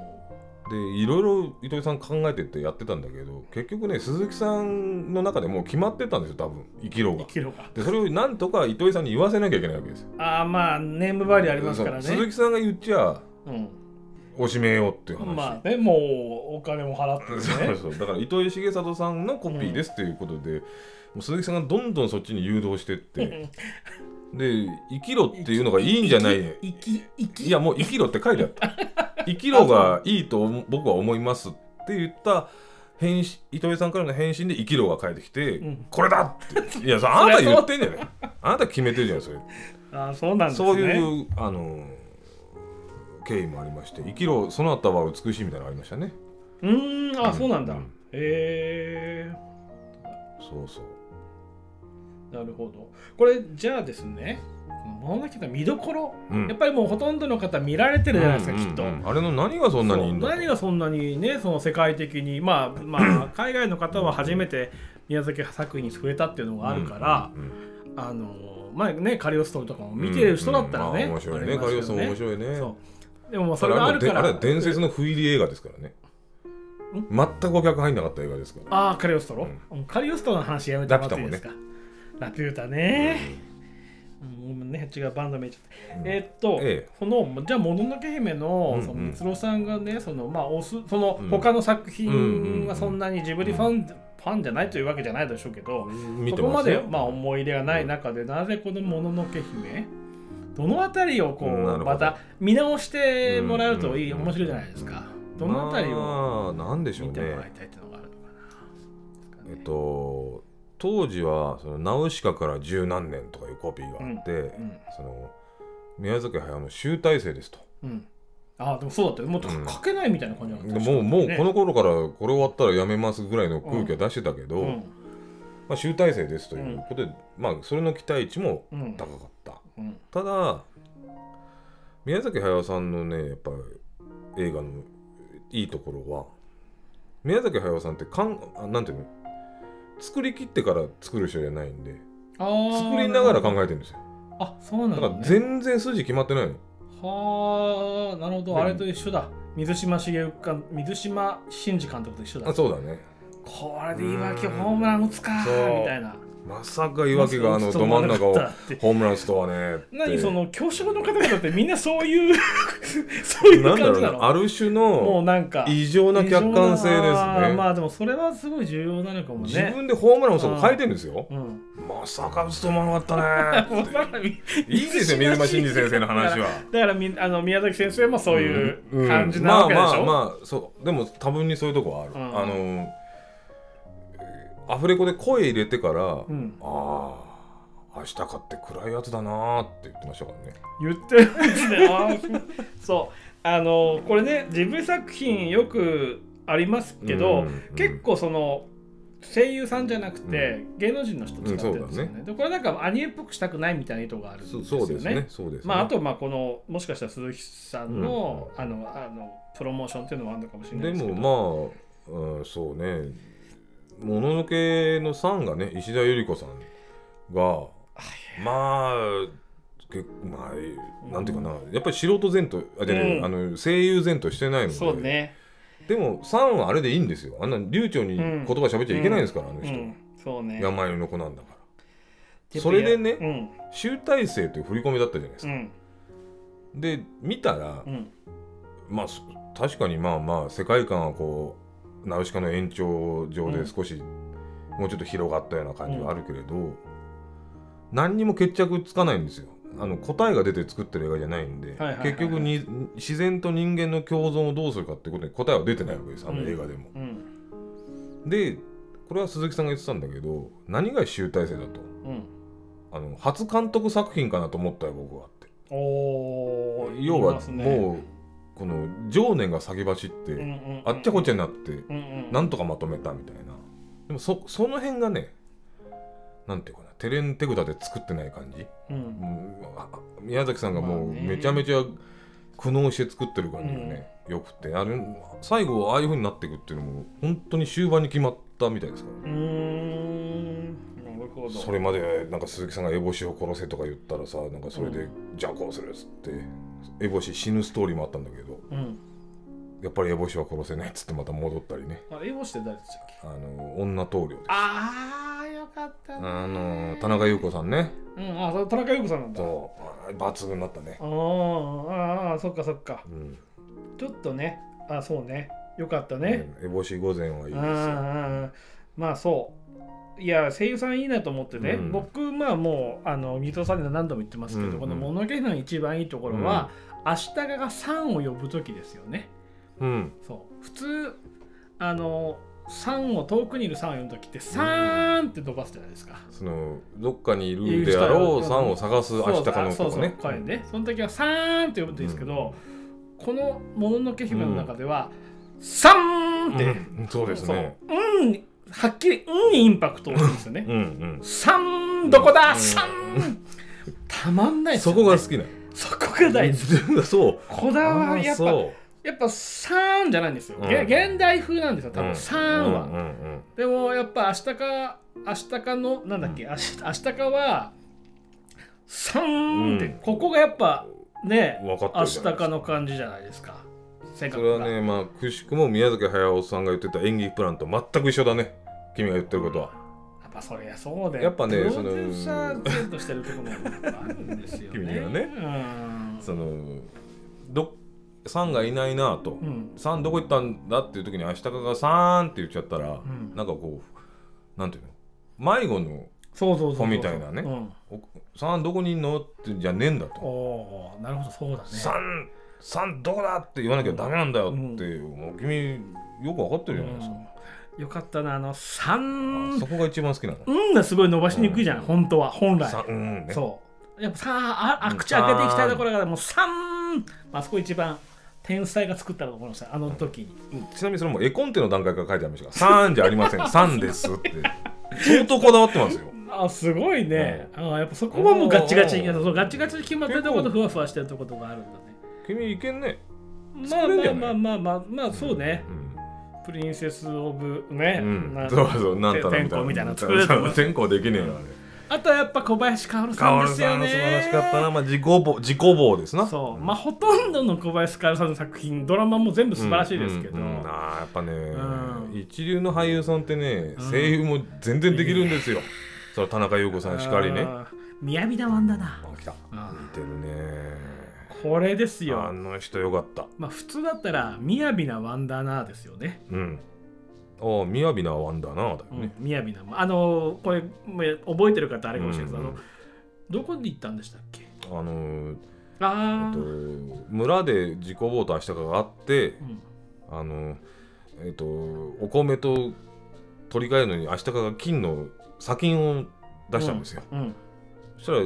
[SPEAKER 1] でいろいろ糸井さん考えてってやってたんだけど結局ね鈴木さんの中でもう決まってたんですよ多分生きろが
[SPEAKER 2] 生きろが
[SPEAKER 1] でそれをなんとか糸井さんに言わせなきゃいけないわけですよ
[SPEAKER 2] ああまあネームバリューありますからね
[SPEAKER 1] そう鈴木さんが言っちゃ
[SPEAKER 2] うん
[SPEAKER 1] おしめようっていう話、
[SPEAKER 2] まあねもうお金も払って
[SPEAKER 1] そう
[SPEAKER 2] るね
[SPEAKER 1] そうだから糸井重里さんのコピーですということで、もう鈴木さんがどんどんそっちに誘導してってで生きろっていうのがいいんじゃない
[SPEAKER 2] 生き生き
[SPEAKER 1] いやもう生きろって書いてあった 生きろがいいと思う僕は思いますって言った返信糸井さんからの返信で生きろが返ってきて、
[SPEAKER 2] うん
[SPEAKER 1] これだってい やそれあなた言ってんじゃないあなた決めてるじゃないそれ
[SPEAKER 2] ああそうなんですね
[SPEAKER 1] そういうあの経緯もありまして生きろその後は美しいみたいなのありましたね
[SPEAKER 2] うーんあそうなんだ、
[SPEAKER 1] うん
[SPEAKER 2] へえ
[SPEAKER 1] そうそう
[SPEAKER 2] なるほどこれじゃあですねもののけの見どころ、
[SPEAKER 1] うん
[SPEAKER 2] やっぱりもうほとんどの方見られてるじゃないですか、きっと、
[SPEAKER 1] うんうんうんあれの何がそんなにいいんだ
[SPEAKER 2] そう何がそんなにねその世界的にまあ まあ海外の方は初めて宮崎作品に触れたっていうのがあるから、
[SPEAKER 1] うんうん
[SPEAKER 2] あのまあねカリオストロとかも見てる人だったらね、
[SPEAKER 1] うんまあ面白い
[SPEAKER 2] あ
[SPEAKER 1] ね
[SPEAKER 2] りま
[SPEAKER 1] カ
[SPEAKER 2] す
[SPEAKER 1] リ
[SPEAKER 2] よ
[SPEAKER 1] オスも面白いね
[SPEAKER 2] そうでももうそれがあるか
[SPEAKER 1] あれは
[SPEAKER 2] ら
[SPEAKER 1] であれは伝説の不入り映画ですからね全くお客入んなかった映画ですから
[SPEAKER 2] ああカリオストロ、うんカリオストロの話やめてもらっていいですかラピュータね、うんもうね違うバンド名ちゃった、
[SPEAKER 1] うん
[SPEAKER 2] えーっと、
[SPEAKER 1] ええ
[SPEAKER 2] このじゃあ「もののけ姫の」
[SPEAKER 1] うんうん
[SPEAKER 2] その光郎さんがねそのまあおすその
[SPEAKER 1] うん
[SPEAKER 2] 他の作
[SPEAKER 1] うんうん
[SPEAKER 2] 品
[SPEAKER 1] うん
[SPEAKER 2] はそんなにジブリファン,、ファンじゃないというわけじゃないでしょうけど、
[SPEAKER 1] うん見
[SPEAKER 2] そ
[SPEAKER 1] て
[SPEAKER 2] こ
[SPEAKER 1] ま
[SPEAKER 2] ますで
[SPEAKER 1] よ、
[SPEAKER 2] まあ、思い入れがない中で、なぜこの「もののけ姫」どのあたりをこう、
[SPEAKER 1] うんなるほど
[SPEAKER 2] また見直してもらうといい、
[SPEAKER 1] うんうんうん
[SPEAKER 2] 面白いじゃないですか。どのあたりを
[SPEAKER 1] まあなんでしょう
[SPEAKER 2] 見てもらい
[SPEAKER 1] ね
[SPEAKER 2] たいっていうのがあるのかな。
[SPEAKER 1] えっと当時はそのナウシカから十何年とかいうコピーがあって、
[SPEAKER 2] うん
[SPEAKER 1] その宮崎駿の集大成ですと
[SPEAKER 2] うん、ああでもそうだったよもう
[SPEAKER 1] うん
[SPEAKER 2] 書けないみたいな感じなん
[SPEAKER 1] でもうもうこの頃からこれ終わったらやめますぐらいの空気は出してたけど、
[SPEAKER 2] うん
[SPEAKER 1] まあ、集大成ですということで、まあそれの期待値も
[SPEAKER 2] うん
[SPEAKER 1] 高かった
[SPEAKER 2] うん
[SPEAKER 1] ただ宮崎駿さんのねやっぱり映画のいいところは宮崎駿さんってかんあなんていうの作り切ってから作る人じゃないんで作
[SPEAKER 2] 作
[SPEAKER 1] りながら考えてるんですよ
[SPEAKER 2] あそうな
[SPEAKER 1] だ
[SPEAKER 2] ん
[SPEAKER 1] か
[SPEAKER 2] だ、
[SPEAKER 1] ら
[SPEAKER 2] ね、
[SPEAKER 1] 全然筋決まってないの
[SPEAKER 2] はあなるほどあれと一緒だ水島茂監水島真嗣監督と一緒だ
[SPEAKER 1] あそうだね
[SPEAKER 2] これで言い訳ホームラン打つか
[SPEAKER 1] そう
[SPEAKER 2] みたいな
[SPEAKER 1] まさか岩木があのど真ん中を
[SPEAKER 2] そう思わなかったって
[SPEAKER 1] ホームランスとはねって
[SPEAKER 2] 何その教職の方々ってみんなそういう そういう
[SPEAKER 1] な
[SPEAKER 2] 感
[SPEAKER 1] ん
[SPEAKER 2] じ
[SPEAKER 1] だろ
[SPEAKER 2] なの
[SPEAKER 1] うねある種
[SPEAKER 2] もう
[SPEAKER 1] の
[SPEAKER 2] なんか
[SPEAKER 1] 異常な客観性です
[SPEAKER 2] 異常な
[SPEAKER 1] ね
[SPEAKER 2] まあでもそれはすごい重要なのかも
[SPEAKER 1] 自
[SPEAKER 2] ね
[SPEAKER 1] 分でホームランをそう書いてるんですよ
[SPEAKER 2] うん、
[SPEAKER 1] まさか打つと思わなかったねいいんですよ水間真司先生の話は。
[SPEAKER 2] だからみあの宮崎先生も そういうう感じな
[SPEAKER 1] ま
[SPEAKER 2] わ
[SPEAKER 1] あ
[SPEAKER 2] けでしょ、
[SPEAKER 1] まあまあそうでも多分にそういうとこはある、
[SPEAKER 2] うん
[SPEAKER 1] あのえーアフレコで声入れてから、
[SPEAKER 2] うん
[SPEAKER 1] ああ明日買って暗いやつだなーって言ってましたからね
[SPEAKER 2] 言ってるんですねあーそうあのこれねジブリ作品よくありますけど、
[SPEAKER 1] うんうん
[SPEAKER 2] 結構その声優さんじゃなくて、芸能人の人使ってるんですよね,、
[SPEAKER 1] うん
[SPEAKER 2] でこれなんかアニメっぽくしたくないみたいな意図があるんですよ
[SPEAKER 1] そ
[SPEAKER 2] ね
[SPEAKER 1] そうですねそうですね
[SPEAKER 2] まあ、あとまあこのもしかしたら鈴木さんの,、あのあのプロモーションっていうのもあるのかもしれない
[SPEAKER 1] で
[SPEAKER 2] ですけど
[SPEAKER 1] もまあ、うん、そうねもののけのさんがね石田ゆり子さんがまあけまあなんていうかな、やっぱり素人前とあじゃあね、
[SPEAKER 2] うん
[SPEAKER 1] あの声優前としてないので
[SPEAKER 2] そうね
[SPEAKER 1] でもさんはあれでいいんですよあんな流暢に言葉喋っちゃいけないんですから、あの人、
[SPEAKER 2] うんそうね
[SPEAKER 1] 山よりの子なんだからそれでね、集大成という振り込みだったじゃないです
[SPEAKER 2] う
[SPEAKER 1] か、
[SPEAKER 2] ん
[SPEAKER 1] で見たら
[SPEAKER 2] う、ん
[SPEAKER 1] まあそ確かにまあまあ世界観はこうナウシカの延長上
[SPEAKER 2] う
[SPEAKER 1] で
[SPEAKER 2] ん
[SPEAKER 1] 少し、もうちょっと広がったような感じはあるけれど、何にも決着つかないんですよあの答えが出て作ってる映画じゃないんで、
[SPEAKER 2] はいはいはい
[SPEAKER 1] 結局に自然と人間の共存をどうするかってことに答えは出てないわけですあの
[SPEAKER 2] うん
[SPEAKER 1] 映画でも。
[SPEAKER 2] うん
[SPEAKER 1] でこれは鈴木さんが言ってたんだけど何が集大成だと
[SPEAKER 2] うん
[SPEAKER 1] あの初監督作品かなと思ったよ僕はって。
[SPEAKER 2] おー
[SPEAKER 1] 要は
[SPEAKER 2] 言いますね
[SPEAKER 1] もうこの情念が先走って、
[SPEAKER 2] うんうんうん
[SPEAKER 1] あっちゃこっちゃになって
[SPEAKER 2] うんうん
[SPEAKER 1] なんとかまとめたみたいなでもそその辺がねなんていうかなテレンテグダで作ってない感じ
[SPEAKER 2] うん
[SPEAKER 1] もうあ宮崎さんがもう
[SPEAKER 2] まあね
[SPEAKER 1] めちゃめちゃ苦悩して作ってる感じがね、よくてあれ最後ああいう風になっていくっていうのも本当に終盤に決まっったみたいですから
[SPEAKER 2] うーんなるほど
[SPEAKER 1] それまでなんか鈴木さんが烏帽子を殺せとか言ったらさなんかそれで、
[SPEAKER 2] う
[SPEAKER 1] じゃあこうするっつって烏帽子死ぬストーリーもあったんだけど
[SPEAKER 2] うん
[SPEAKER 1] やっぱり烏帽子は殺せないっつってまた戻ったりね
[SPEAKER 2] あ英語して誰でしたっけ
[SPEAKER 1] あの女棟梁です
[SPEAKER 2] ああよかったね
[SPEAKER 1] あの田中優子さんね
[SPEAKER 2] うんあそう田中優子さんなんだ
[SPEAKER 1] そうあ抜群だったね
[SPEAKER 2] あーあーそっかそっか
[SPEAKER 1] うん
[SPEAKER 2] ちょっとねあそうねよかったね、
[SPEAKER 1] うん烏帽子御前はいい
[SPEAKER 2] うん、
[SPEAKER 1] で
[SPEAKER 2] う
[SPEAKER 1] すよ
[SPEAKER 2] んうんまあそういや声優さんいいなと思ってね、
[SPEAKER 1] うん
[SPEAKER 2] 僕まあもうあの水戸さんには何度も言ってますけど、
[SPEAKER 1] うんうん
[SPEAKER 2] この「モノゲーの一番いいところは、明日が3を呼ぶ時ですよね
[SPEAKER 1] うん
[SPEAKER 2] そう普通あの3を遠くにいる3を呼ぶ時って「3」って伸ばすじゃないですか、
[SPEAKER 1] そのどっかにいるであろうさんを探す明日かの
[SPEAKER 2] そう
[SPEAKER 1] とか
[SPEAKER 2] そうそう
[SPEAKER 1] ね
[SPEAKER 2] 声ねその時は「さーん」って呼ぶんですけど、この「もののけ姫」の中では「さーん」って、
[SPEAKER 1] うんそうですね
[SPEAKER 2] そううんはっきり「うん」にインパクトをするんですよね
[SPEAKER 1] うんうん
[SPEAKER 2] 「さーんどこだ
[SPEAKER 1] うん
[SPEAKER 2] さーん」たまんないです
[SPEAKER 1] そ
[SPEAKER 2] よ、ね、
[SPEAKER 1] こが好きなの
[SPEAKER 2] そこが大好 き
[SPEAKER 1] そう
[SPEAKER 2] こだわりやっぱ
[SPEAKER 1] そ
[SPEAKER 2] やっぱ「さーん」じゃないんですよ、げ
[SPEAKER 1] うん
[SPEAKER 2] 現代風なんですよ多
[SPEAKER 1] う
[SPEAKER 2] 分「
[SPEAKER 1] ん
[SPEAKER 2] さ
[SPEAKER 1] うう
[SPEAKER 2] ーんは」
[SPEAKER 1] んうん
[SPEAKER 2] でもやっぱ明日か明日かのなんだっけ、明日明日かは「さーん」って、
[SPEAKER 1] うん
[SPEAKER 2] ここがやっぱね
[SPEAKER 1] うん分かって
[SPEAKER 2] 明
[SPEAKER 1] る
[SPEAKER 2] 日
[SPEAKER 1] じゃない
[SPEAKER 2] かの感じじゃないですか。性
[SPEAKER 1] そ
[SPEAKER 2] 格
[SPEAKER 1] れ
[SPEAKER 2] が
[SPEAKER 1] はねまあくしくも宮崎駿さんが言ってた演技プランと全く一緒だね君が言ってることは
[SPEAKER 2] やっぱそりゃそうだよ。
[SPEAKER 1] やっぱね
[SPEAKER 2] プロデ
[SPEAKER 1] その
[SPEAKER 2] ューサー全としてるところもあるんですよね。
[SPEAKER 1] 君にはね
[SPEAKER 2] うん。
[SPEAKER 1] そのどさんがいないなぁと
[SPEAKER 2] うん。
[SPEAKER 1] さんどこ行ったんだっていう時に明日かがさんって言っちゃったら、
[SPEAKER 2] ん
[SPEAKER 1] なんかこうなんていうの迷子の
[SPEAKER 2] そうそうそうそう。
[SPEAKER 1] 子みたいなね
[SPEAKER 2] うん。
[SPEAKER 1] 「さんどこにいんの?」ってじゃねえんだと
[SPEAKER 2] おお、なるほど、そうだ
[SPEAKER 1] 「
[SPEAKER 2] ね。
[SPEAKER 1] さんさんどこだ?」って言わなきゃダメなんだよって、もう君よくわかってるじゃないですか、
[SPEAKER 2] うんよかったな、あの、さん
[SPEAKER 1] あそ。こが一番好きなの
[SPEAKER 2] うんがすごい伸ばしにくいじゃん、
[SPEAKER 1] うん
[SPEAKER 2] 本当は、本
[SPEAKER 1] 「
[SPEAKER 2] 来。
[SPEAKER 1] さん」うんね
[SPEAKER 2] そう。やっぱさあ、あ
[SPEAKER 1] うん
[SPEAKER 2] 口開けていきたいところが、もうさん。あそこ一番天才が作ったと思いました、あの時に。
[SPEAKER 1] ちなみにそれも絵コンテの段階から書いてありましたが「さん」じゃありません「 さん」ですって相当こだわってますよ
[SPEAKER 2] あすごいね、あやっぱそこはもうガッチガチに
[SPEAKER 1] おー
[SPEAKER 2] そうガッチガチに決まってるとことふわふわしてるとことがあるんだね
[SPEAKER 1] 君いけんね
[SPEAKER 2] まあ
[SPEAKER 1] 作れんじ
[SPEAKER 2] ま
[SPEAKER 1] ゃない
[SPEAKER 2] あまあまあまあまあそうね、
[SPEAKER 1] うん
[SPEAKER 2] プリンセス・オブね、
[SPEAKER 1] うん
[SPEAKER 2] な
[SPEAKER 1] そうそうなんたら
[SPEAKER 2] 天候みたいなの作れると思う
[SPEAKER 1] 天候できねえよあれ
[SPEAKER 2] あとはやっぱ小林
[SPEAKER 1] カ
[SPEAKER 2] 薫さ
[SPEAKER 1] オ
[SPEAKER 2] ん
[SPEAKER 1] ル
[SPEAKER 2] ですよ
[SPEAKER 1] さん
[SPEAKER 2] ね
[SPEAKER 1] 素晴らしかったな、まあ、自己棒自己棒ですな
[SPEAKER 2] そうまあほとんどの小林薫さんの作品ドラマも全部素晴らしいですけど、
[SPEAKER 1] うんうんうんあーやっぱね、
[SPEAKER 2] うん
[SPEAKER 1] 一流の俳優さんってね、
[SPEAKER 2] うん
[SPEAKER 1] 声優も全然できるんですよ、それは田中優子さんしかりねあ
[SPEAKER 2] あー雅だワンだな、
[SPEAKER 1] 来た
[SPEAKER 2] あ
[SPEAKER 1] 似てるね
[SPEAKER 2] ーこれです
[SPEAKER 1] あ
[SPEAKER 2] よ
[SPEAKER 1] の人よかった
[SPEAKER 2] まあ普通だったら「雅なワンダーナー」ですよね
[SPEAKER 1] うんああ雅なワンダーなだよね、
[SPEAKER 2] みやびなあのーこれもう覚えてる方あれかもしれないです、
[SPEAKER 1] うん
[SPEAKER 2] あのどこで行ったんでしたっけ
[SPEAKER 1] あのー
[SPEAKER 2] ああ、
[SPEAKER 1] えっと村で自己棒と明日かがあって
[SPEAKER 2] うん
[SPEAKER 1] あのえっとお米と取り替えるのに明日かが金の砂金を出したんですよ、
[SPEAKER 2] うん、
[SPEAKER 1] そしたら「な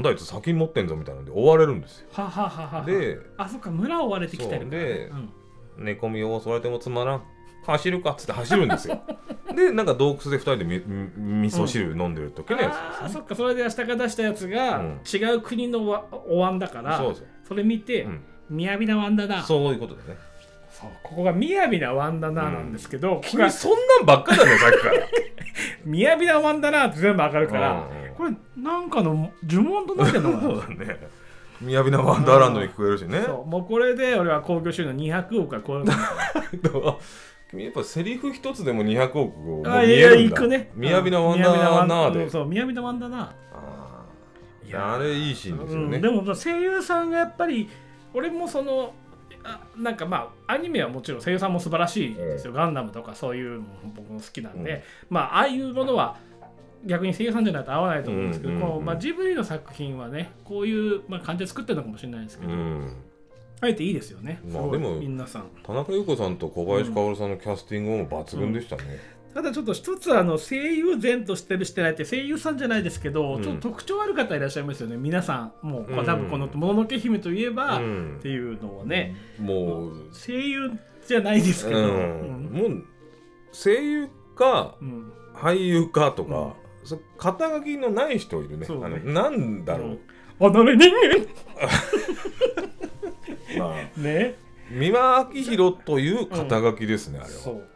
[SPEAKER 1] んだあいつ砂金持ってんぞ」みたいなんで追われるんですよ
[SPEAKER 2] はははは
[SPEAKER 1] で
[SPEAKER 2] あそっか村を追われてきてるから、ね、
[SPEAKER 1] そう寝込みをそれてもつまらん走るかっつって走るんですよ でなんか洞窟で2人でみみ味噌汁飲んでる時
[SPEAKER 2] うん、
[SPEAKER 1] のやつで
[SPEAKER 2] ああ
[SPEAKER 1] す
[SPEAKER 2] そ
[SPEAKER 1] ね
[SPEAKER 2] っかそれで明日が出したやつが、
[SPEAKER 1] うん
[SPEAKER 2] 違う国のわお椀だから
[SPEAKER 1] そうそう
[SPEAKER 2] それ見て、
[SPEAKER 1] うん
[SPEAKER 2] みやびなワンダナー
[SPEAKER 1] そういうことだね
[SPEAKER 2] そうここがみやびなワンダナーなんですけど、ここが
[SPEAKER 1] 君そんなんばっかだねさっきから
[SPEAKER 2] みやびなワンダナーって全部上がるから、
[SPEAKER 1] うんうん
[SPEAKER 2] これなんかの呪文となってんのか な
[SPEAKER 1] そうだね雅なワンダーランドに聞こえるしね
[SPEAKER 2] そうもうこれで俺は興行収入200億は超える
[SPEAKER 1] あ君やっぱセリフ一つでも200億をもう見
[SPEAKER 2] あい
[SPEAKER 1] え
[SPEAKER 2] や
[SPEAKER 1] るん
[SPEAKER 2] 行
[SPEAKER 1] だ
[SPEAKER 2] くね
[SPEAKER 1] 雅なワンダーナー
[SPEAKER 2] う
[SPEAKER 1] で
[SPEAKER 2] んそう雅なワンダーナ
[SPEAKER 1] あ
[SPEAKER 2] ーい
[SPEAKER 1] ーあれいいシーンですよ
[SPEAKER 2] う
[SPEAKER 1] ね
[SPEAKER 2] んでも声優さんがやっぱり俺もそのあなんかまあアニメはもちろん声優さんも素晴らしいですよ、ガンダムとかそういうのも僕も好きなんで、まあああいうものは逆に声優さんじゃないと合わないと思うんですけど、
[SPEAKER 1] うんうんうん
[SPEAKER 2] こうまあ、ジブリの作品はねこういう、まあ、感じで作ってるのかもしれないですけ
[SPEAKER 1] う
[SPEAKER 2] ど、
[SPEAKER 1] ん
[SPEAKER 2] あえていいですよね、
[SPEAKER 1] まあ
[SPEAKER 2] すごい
[SPEAKER 1] でも
[SPEAKER 2] 皆さん
[SPEAKER 1] 田中優子さんと小林薫さんのキャスティングも抜群でしたね、
[SPEAKER 2] ただちょっと一つあの声優前としてるしてないって声優さんじゃないですけど、
[SPEAKER 1] うん
[SPEAKER 2] ちょっと特徴ある方いらっしゃいますよね皆さんもう、
[SPEAKER 1] うん
[SPEAKER 2] 多分この「もののけ姫」といえば、
[SPEAKER 1] う
[SPEAKER 2] っ
[SPEAKER 1] ん
[SPEAKER 2] ていうのはね
[SPEAKER 1] もう、
[SPEAKER 2] 声優じゃないです
[SPEAKER 1] う
[SPEAKER 2] けど、うん
[SPEAKER 1] ん、もう声優か
[SPEAKER 2] うん
[SPEAKER 1] 俳優かとか、そ肩書きのない人いるね
[SPEAKER 2] そうね
[SPEAKER 1] あのなんだろう、
[SPEAKER 2] うんあなれ人
[SPEAKER 1] まあ
[SPEAKER 2] 間ね
[SPEAKER 1] 三輪明宏という肩書きですね、あれは
[SPEAKER 2] そう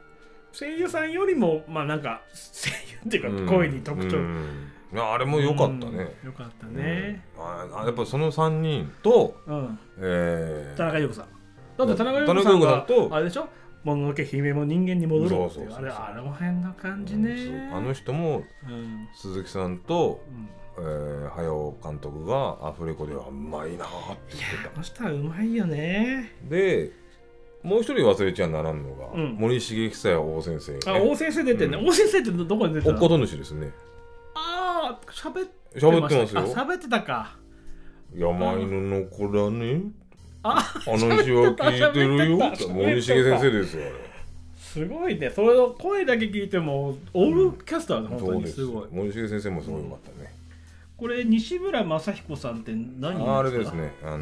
[SPEAKER 2] 声優さんよりもまあなんか声優っていうか声に特徴、
[SPEAKER 1] うんいやあれも良かったね、
[SPEAKER 2] うんよかったね、
[SPEAKER 1] うんああやっぱその3人と、
[SPEAKER 2] うん、
[SPEAKER 1] えー
[SPEAKER 2] 田中陽子さんだって田中
[SPEAKER 1] 田
[SPEAKER 2] 陽子
[SPEAKER 1] 中
[SPEAKER 2] さん
[SPEAKER 1] 陽子さ
[SPEAKER 2] が
[SPEAKER 1] んと
[SPEAKER 2] あれでしょもののけ姫も人間に戻るって
[SPEAKER 1] そう
[SPEAKER 2] い
[SPEAKER 1] そう
[SPEAKER 2] う
[SPEAKER 1] そうそう
[SPEAKER 2] あれあの辺の感じね、
[SPEAKER 1] そうあの人も
[SPEAKER 2] うん
[SPEAKER 1] 鈴木さんと、
[SPEAKER 2] うん
[SPEAKER 1] えー、早尾監督がアフレコではうまいなーって言って
[SPEAKER 2] あの人はうまいよね。
[SPEAKER 1] たでもう一人忘れちゃならんのが、
[SPEAKER 2] うん
[SPEAKER 1] 森重久彌王先生、ね、
[SPEAKER 2] あ、王先生出てんね。
[SPEAKER 1] う
[SPEAKER 2] 王先生ってどこに出て
[SPEAKER 1] お
[SPEAKER 2] た
[SPEAKER 1] っこ
[SPEAKER 2] の
[SPEAKER 1] と主ですね
[SPEAKER 2] ああ、喋って
[SPEAKER 1] 喋ってます
[SPEAKER 2] あ
[SPEAKER 1] よ
[SPEAKER 2] 喋ってたか。
[SPEAKER 1] 山犬の子だね
[SPEAKER 2] あ
[SPEAKER 1] 話は聞いてるよ
[SPEAKER 2] 喋ってた
[SPEAKER 1] 森重先生ですよあれ
[SPEAKER 2] すごいね。それの声だけ聞いても、オールキャスターだね、本当
[SPEAKER 1] そう
[SPEAKER 2] に
[SPEAKER 1] です
[SPEAKER 2] すごい。
[SPEAKER 1] 森重先生もすごいよかったね、
[SPEAKER 2] これ、西村正彦さんって何
[SPEAKER 1] あれです。ねあのー、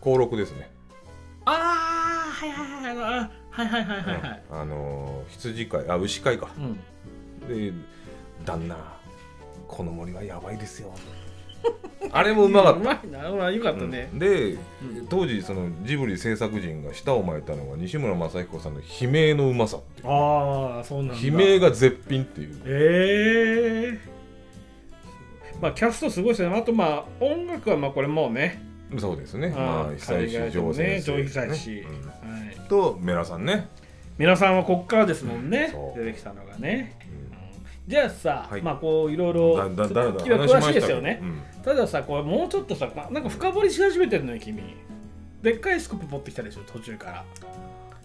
[SPEAKER 1] 登録ですね
[SPEAKER 2] ああ、はいはいはいはい。はいはいはいはいはい。
[SPEAKER 1] うんあのー羊飼いあ牛飼いか
[SPEAKER 2] うん。
[SPEAKER 1] で旦那この森はやばいですよあれもうまかっ
[SPEAKER 2] う
[SPEAKER 1] た
[SPEAKER 2] まいな。うまいよかったね
[SPEAKER 1] う。んで
[SPEAKER 2] うん
[SPEAKER 1] 当時そのジブリ制作陣が舌を巻いたのが西村雅彦さんの悲鳴のうまさっていう
[SPEAKER 2] ああ、そうなんだ。
[SPEAKER 1] 悲鳴が絶品っていう
[SPEAKER 2] ええまあキャストすごいですね。あとまあ音楽はまあこれもうね、
[SPEAKER 1] そうですね
[SPEAKER 2] あー
[SPEAKER 1] まあ久
[SPEAKER 2] 海外
[SPEAKER 1] 石
[SPEAKER 2] でも
[SPEAKER 1] 譲
[SPEAKER 2] ね
[SPEAKER 1] 先生
[SPEAKER 2] 上久石
[SPEAKER 1] うん
[SPEAKER 2] はい、
[SPEAKER 1] とメラさんね、
[SPEAKER 2] 皆さんはこっからですもんね、
[SPEAKER 1] そう
[SPEAKER 2] 出てきたのがね。
[SPEAKER 1] うん
[SPEAKER 2] うんじゃあさ、
[SPEAKER 1] はい
[SPEAKER 2] まあこういろい
[SPEAKER 1] だ
[SPEAKER 2] ろ
[SPEAKER 1] だだらだ
[SPEAKER 2] 君
[SPEAKER 1] ら
[SPEAKER 2] は
[SPEAKER 1] 話しま
[SPEAKER 2] 詳しい
[SPEAKER 1] し
[SPEAKER 2] で
[SPEAKER 1] た
[SPEAKER 2] す
[SPEAKER 1] けど
[SPEAKER 2] よね
[SPEAKER 1] う。ん
[SPEAKER 2] たださ、これもうちょっとさ、まなんか深掘りし始めてるのよ君。でっかいスコップ持ってきたでしょ途中から。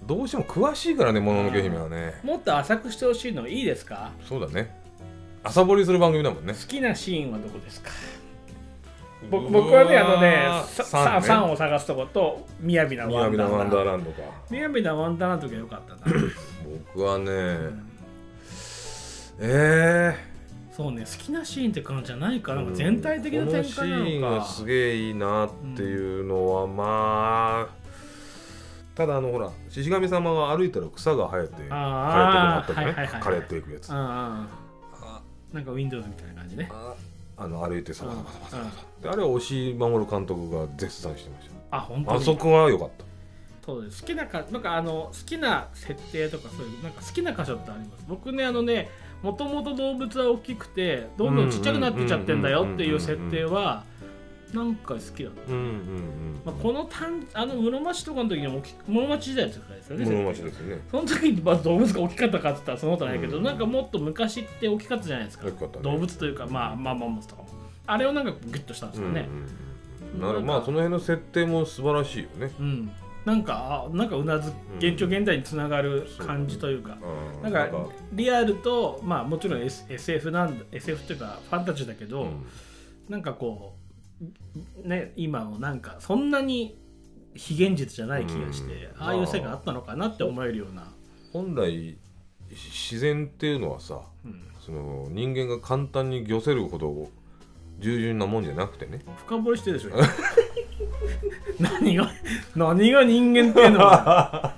[SPEAKER 1] どうしても詳しいからねもののけ姫はね
[SPEAKER 2] もっと浅くしてほしいのいいですか？
[SPEAKER 1] そうだね朝掘りする番組だもんね
[SPEAKER 2] 好きなシーンはどこですか？ぼ僕はねあのね、ささ
[SPEAKER 1] 3
[SPEAKER 2] サンを探すとこと雅な
[SPEAKER 1] 宮
[SPEAKER 2] ワン
[SPEAKER 1] 城
[SPEAKER 2] ダ
[SPEAKER 1] のワン
[SPEAKER 2] ー
[SPEAKER 1] ダーラ
[SPEAKER 2] ランド。
[SPEAKER 1] ンドか
[SPEAKER 2] 雅なワンダーランドが良かった な。
[SPEAKER 1] 僕はねえ
[SPEAKER 2] そうね好きなシーンって感じじゃないか
[SPEAKER 1] ー
[SPEAKER 2] らなんか全体的な展開
[SPEAKER 1] このシーン
[SPEAKER 2] なの
[SPEAKER 1] が
[SPEAKER 2] か
[SPEAKER 1] すげえいいなっていうのはまあただあのほら獅子神様が歩いたら草が生えて枯れてくのあ
[SPEAKER 2] あ
[SPEAKER 1] った
[SPEAKER 2] ー
[SPEAKER 1] じゃない
[SPEAKER 2] はいはいはい
[SPEAKER 1] 枯れていくやつ
[SPEAKER 2] あ
[SPEAKER 1] あ
[SPEAKER 2] あなんか Windows みたいな感じね
[SPEAKER 1] ああの歩いてさ
[SPEAKER 2] うん
[SPEAKER 1] であれは押井守監督が絶賛してまし
[SPEAKER 2] あ本
[SPEAKER 1] た
[SPEAKER 2] 当
[SPEAKER 1] あそ
[SPEAKER 2] に
[SPEAKER 1] こは良かった
[SPEAKER 2] そうです好きなかなんかあの好きな設定とかそういうなんか好きな箇所ってあります僕ねあのねもともと動物は大きくてどんどんちっちゃくなってっちゃってんだよっていう設定はなんか好きだった、
[SPEAKER 1] うんうん
[SPEAKER 2] まあ、この単あの室町とかの時にも大き室町時代とかですよね
[SPEAKER 1] 物町ですよね
[SPEAKER 2] その時にまず動物が大きかったかって言ったらそのことないけど、
[SPEAKER 1] うん
[SPEAKER 2] なんかもっと昔って大きかったじゃないですか
[SPEAKER 1] 大きかったね
[SPEAKER 2] 動物というかまあまあマンモスとかもあれをなんかギュッとしたんですよ
[SPEAKER 1] うん
[SPEAKER 2] ね
[SPEAKER 1] うんうんなるほどまあその辺の設定も素晴らしいよね
[SPEAKER 2] うん、なんかあなんかうなず現状現代につながる感じというか、
[SPEAKER 1] うん
[SPEAKER 2] なんかリアルとまあもちろん、S、SF なんだ SF というかファンタジーだけど、
[SPEAKER 1] うん
[SPEAKER 2] なんかこうね今もなんかそんなに非現実じゃない気がして、
[SPEAKER 1] うん
[SPEAKER 2] ああいう世界あったのかなって思えるような、
[SPEAKER 1] 本来自然っていうのはさ
[SPEAKER 2] うん
[SPEAKER 1] その人間が簡単に漁せるほど従順なもんじゃなくてね
[SPEAKER 2] 深掘りしてるでしょ 何が何が人間っていうのは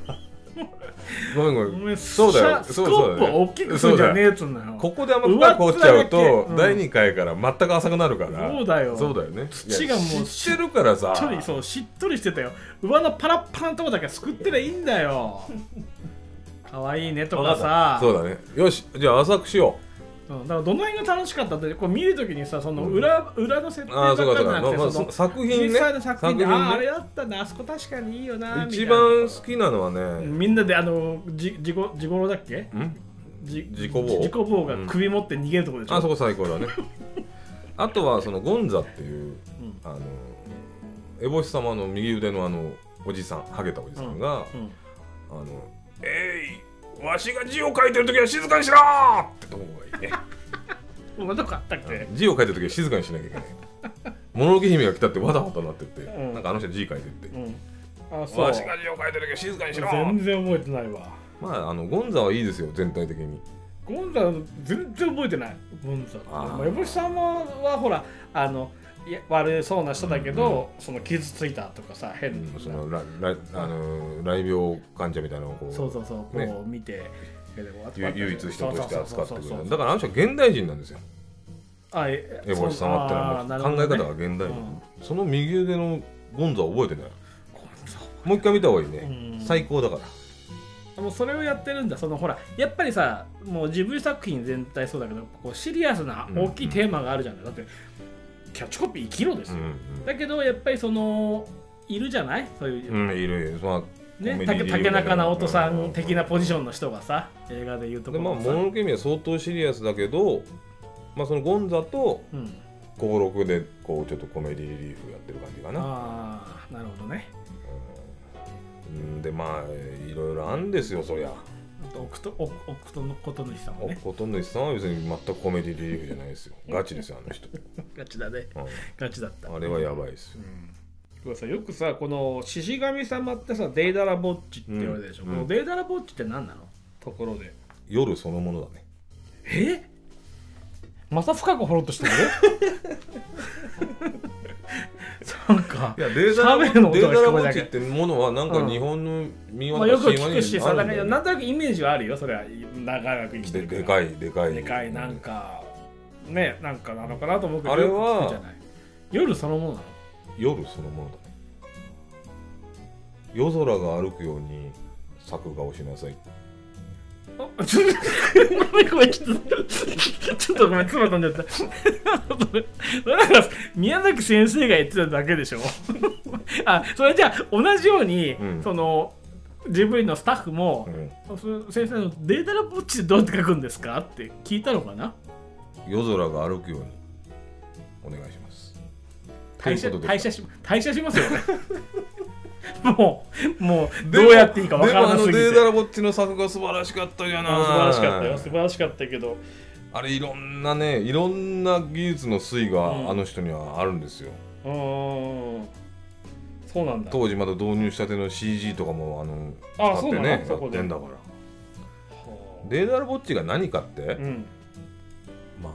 [SPEAKER 1] ごめんご
[SPEAKER 2] お
[SPEAKER 1] め
[SPEAKER 2] 前
[SPEAKER 1] ん そうだよ
[SPEAKER 2] シャ
[SPEAKER 1] そう
[SPEAKER 2] スコ
[SPEAKER 1] そう
[SPEAKER 2] ップ
[SPEAKER 1] だ
[SPEAKER 2] を
[SPEAKER 1] よ
[SPEAKER 2] 大きくするんじゃねえっつうんだよ
[SPEAKER 1] ここであんま深く掘っちゃう
[SPEAKER 2] 上っ面だ
[SPEAKER 1] と
[SPEAKER 2] けうん
[SPEAKER 1] 第2回から全く浅くなるから
[SPEAKER 2] そうだよ
[SPEAKER 1] そうだよね
[SPEAKER 2] 土がもう
[SPEAKER 1] いや知ってるからさ
[SPEAKER 2] しっとりそうしっとりしてたよ上のパラッパラのとこだけすくってりゃいいんだよ可愛いねとかさ
[SPEAKER 1] そうだねよしじゃあ浅くしよ
[SPEAKER 2] うんだからどの辺が楽しかったってこう見るときにさその裏,、裏の設定
[SPEAKER 1] うあ
[SPEAKER 2] ば
[SPEAKER 1] あ
[SPEAKER 2] っか
[SPEAKER 1] そうか
[SPEAKER 2] り
[SPEAKER 1] そう
[SPEAKER 2] じ
[SPEAKER 1] か、
[SPEAKER 2] ゃなく
[SPEAKER 1] まあ
[SPEAKER 2] てそ
[SPEAKER 1] ま
[SPEAKER 2] の
[SPEAKER 1] あ、作品
[SPEAKER 2] 実
[SPEAKER 1] ね
[SPEAKER 2] 際の作品で、あああれ
[SPEAKER 1] ね
[SPEAKER 2] あったなあそこ確かにいいよなみたい
[SPEAKER 1] 一
[SPEAKER 2] な
[SPEAKER 1] 番好きなのはね
[SPEAKER 2] みんなであのじじごじごろだっけ
[SPEAKER 1] ん
[SPEAKER 2] じ
[SPEAKER 1] 自己棒
[SPEAKER 2] 自己棒が首持って逃げるとこでしょ、
[SPEAKER 1] あそこ最高だね あとはそのゴンザっていう
[SPEAKER 2] うん
[SPEAKER 1] あのエボシ様の右腕のあのおじさんハゲたおじさんが
[SPEAKER 2] うん
[SPEAKER 1] 「あのえいわしが字を書いてる時は静かにしろ!」ってとこがいいね
[SPEAKER 2] そんなとこあったっ け
[SPEAKER 1] 字を書いてる時は静かにしなきゃいけないもののけ姫が来たってわだわだなってって、
[SPEAKER 2] うん
[SPEAKER 1] なんかあの人字書いてって、
[SPEAKER 2] うんあそう
[SPEAKER 1] わしが字を書いてる時は静かにしろ
[SPEAKER 2] 全然覚えてないわ
[SPEAKER 1] まああのゴンザはいいですよ全体的に
[SPEAKER 2] ゴンザ全然覚えてないゴンザって
[SPEAKER 1] あー
[SPEAKER 2] まあエボシ様はほらあのいや悪そうな人だけど、その傷ついたとかさ変な、
[SPEAKER 1] そのららあの雷病患者みたいなのをこう
[SPEAKER 2] そうそうそうこう、
[SPEAKER 1] ね
[SPEAKER 2] 見てでも
[SPEAKER 1] ゆ唯一人として扱ってくれ
[SPEAKER 2] そうそうそうそう
[SPEAKER 1] るだからあの人は現代人なんですよ
[SPEAKER 2] あえ
[SPEAKER 1] エボシ様ってのはもう考え方が現代
[SPEAKER 2] う
[SPEAKER 1] 人、
[SPEAKER 2] ん
[SPEAKER 1] その右腕のゴンザは覚えてない
[SPEAKER 2] ゴンザ
[SPEAKER 1] もう一回見た方がいいね
[SPEAKER 2] うん
[SPEAKER 1] 最高だから
[SPEAKER 2] もうそれをやってるんだそのほらやっぱりさもうジブリ作品全体そうだけどこうシリアスな
[SPEAKER 1] うん
[SPEAKER 2] 大きいテーマがあるじゃない、だってキャッチコピー生きろです
[SPEAKER 1] う
[SPEAKER 2] よ、
[SPEAKER 1] ん
[SPEAKER 2] だけどやっぱりそのいるじゃないそういう、
[SPEAKER 1] うん、うん、いるいるまあコ
[SPEAKER 2] ね
[SPEAKER 1] メディ
[SPEAKER 2] 竹
[SPEAKER 1] で
[SPEAKER 2] 竹中直人さ
[SPEAKER 1] うん
[SPEAKER 2] ん的なポジションの人がさ映画で言うとこ
[SPEAKER 1] で
[SPEAKER 2] ろ
[SPEAKER 1] まあ
[SPEAKER 2] のさ
[SPEAKER 1] もののけ姫は相当シリアスだけどまあそのゴンザと
[SPEAKER 2] うん、
[SPEAKER 1] 登録でこうちょっとコメディリリーフやってる感じかな
[SPEAKER 2] ああなるほどね
[SPEAKER 1] うんでまあいろいろあんですよそりゃ
[SPEAKER 2] あと奥と奥奥とのこと主さんもね
[SPEAKER 1] ほとんどさんは別に全くコメディリリーフじゃないです よガチですよあの人、
[SPEAKER 2] ガチだね
[SPEAKER 1] う
[SPEAKER 2] ガチだった
[SPEAKER 1] んあれはやばいです
[SPEAKER 2] う
[SPEAKER 1] よ
[SPEAKER 2] んこれさよくさこの獅子神様ってさデイダラボッチって言われるでしょ、
[SPEAKER 1] うん
[SPEAKER 2] このデイダラボッチって何なのところで
[SPEAKER 1] 夜そのものだね
[SPEAKER 2] えまた深く掘ろうとして るなんか
[SPEAKER 1] いやデータラボ
[SPEAKER 2] 喋るの音が聞こえ
[SPEAKER 1] ッ
[SPEAKER 2] な
[SPEAKER 1] チ
[SPEAKER 2] い
[SPEAKER 1] ってものはなんか日本の民
[SPEAKER 2] まあ、
[SPEAKER 1] 話
[SPEAKER 2] よ
[SPEAKER 1] と
[SPEAKER 2] く
[SPEAKER 1] か
[SPEAKER 2] 聞くし
[SPEAKER 1] あ
[SPEAKER 2] さ
[SPEAKER 1] る
[SPEAKER 2] なん
[SPEAKER 1] んだ
[SPEAKER 2] か
[SPEAKER 1] よ
[SPEAKER 2] なんとなくイメージはあるよそれは長らく生きて
[SPEAKER 1] で
[SPEAKER 2] るら
[SPEAKER 1] でかいでかい
[SPEAKER 2] でかいなんかねなんかなのかなと思うけど
[SPEAKER 1] あれは
[SPEAKER 2] よく聞くじゃない夜そのものなの
[SPEAKER 1] 夜そのものだね夜空が歩くように作画をしなさい
[SPEAKER 2] あちょっとごめんごめんちょっとちょっとごめん妻飛んじゃったそれそれなんか宮崎先生が言ってただけでしょあそれじゃあ同じように、
[SPEAKER 1] うん
[SPEAKER 2] そのジブリのスタッフも
[SPEAKER 1] う、ん
[SPEAKER 2] そ先生の「データラボッチでどうやって書くんですか?」って聞いたのかな
[SPEAKER 1] 夜空が歩くようにお願いします
[SPEAKER 2] 退社
[SPEAKER 1] ということで
[SPEAKER 2] 退社し退社しますよ ねもうもう
[SPEAKER 1] で
[SPEAKER 2] ど
[SPEAKER 1] も
[SPEAKER 2] うやっていいかわからなす
[SPEAKER 1] でもあの
[SPEAKER 2] ぎ
[SPEAKER 1] デー
[SPEAKER 2] て
[SPEAKER 1] タラボッチの作画素晴らしかったじゃ
[SPEAKER 2] あ
[SPEAKER 1] ない
[SPEAKER 2] の素晴らしかったよ素晴らしかったけど
[SPEAKER 1] あれいろんなねいろんな技術の粋
[SPEAKER 2] うん
[SPEAKER 1] があの人にはあるんですよ、
[SPEAKER 2] うーんそうなんだ
[SPEAKER 1] 当時まだ導入したての CG とかもあの
[SPEAKER 2] あ
[SPEAKER 1] 使って
[SPEAKER 2] そうなの
[SPEAKER 1] ね
[SPEAKER 2] そ
[SPEAKER 1] や
[SPEAKER 2] こ
[SPEAKER 1] っ
[SPEAKER 2] で
[SPEAKER 1] てんだか
[SPEAKER 2] は
[SPEAKER 1] ら
[SPEAKER 2] あ
[SPEAKER 1] データラボッチが何かって、
[SPEAKER 2] うん
[SPEAKER 1] まあ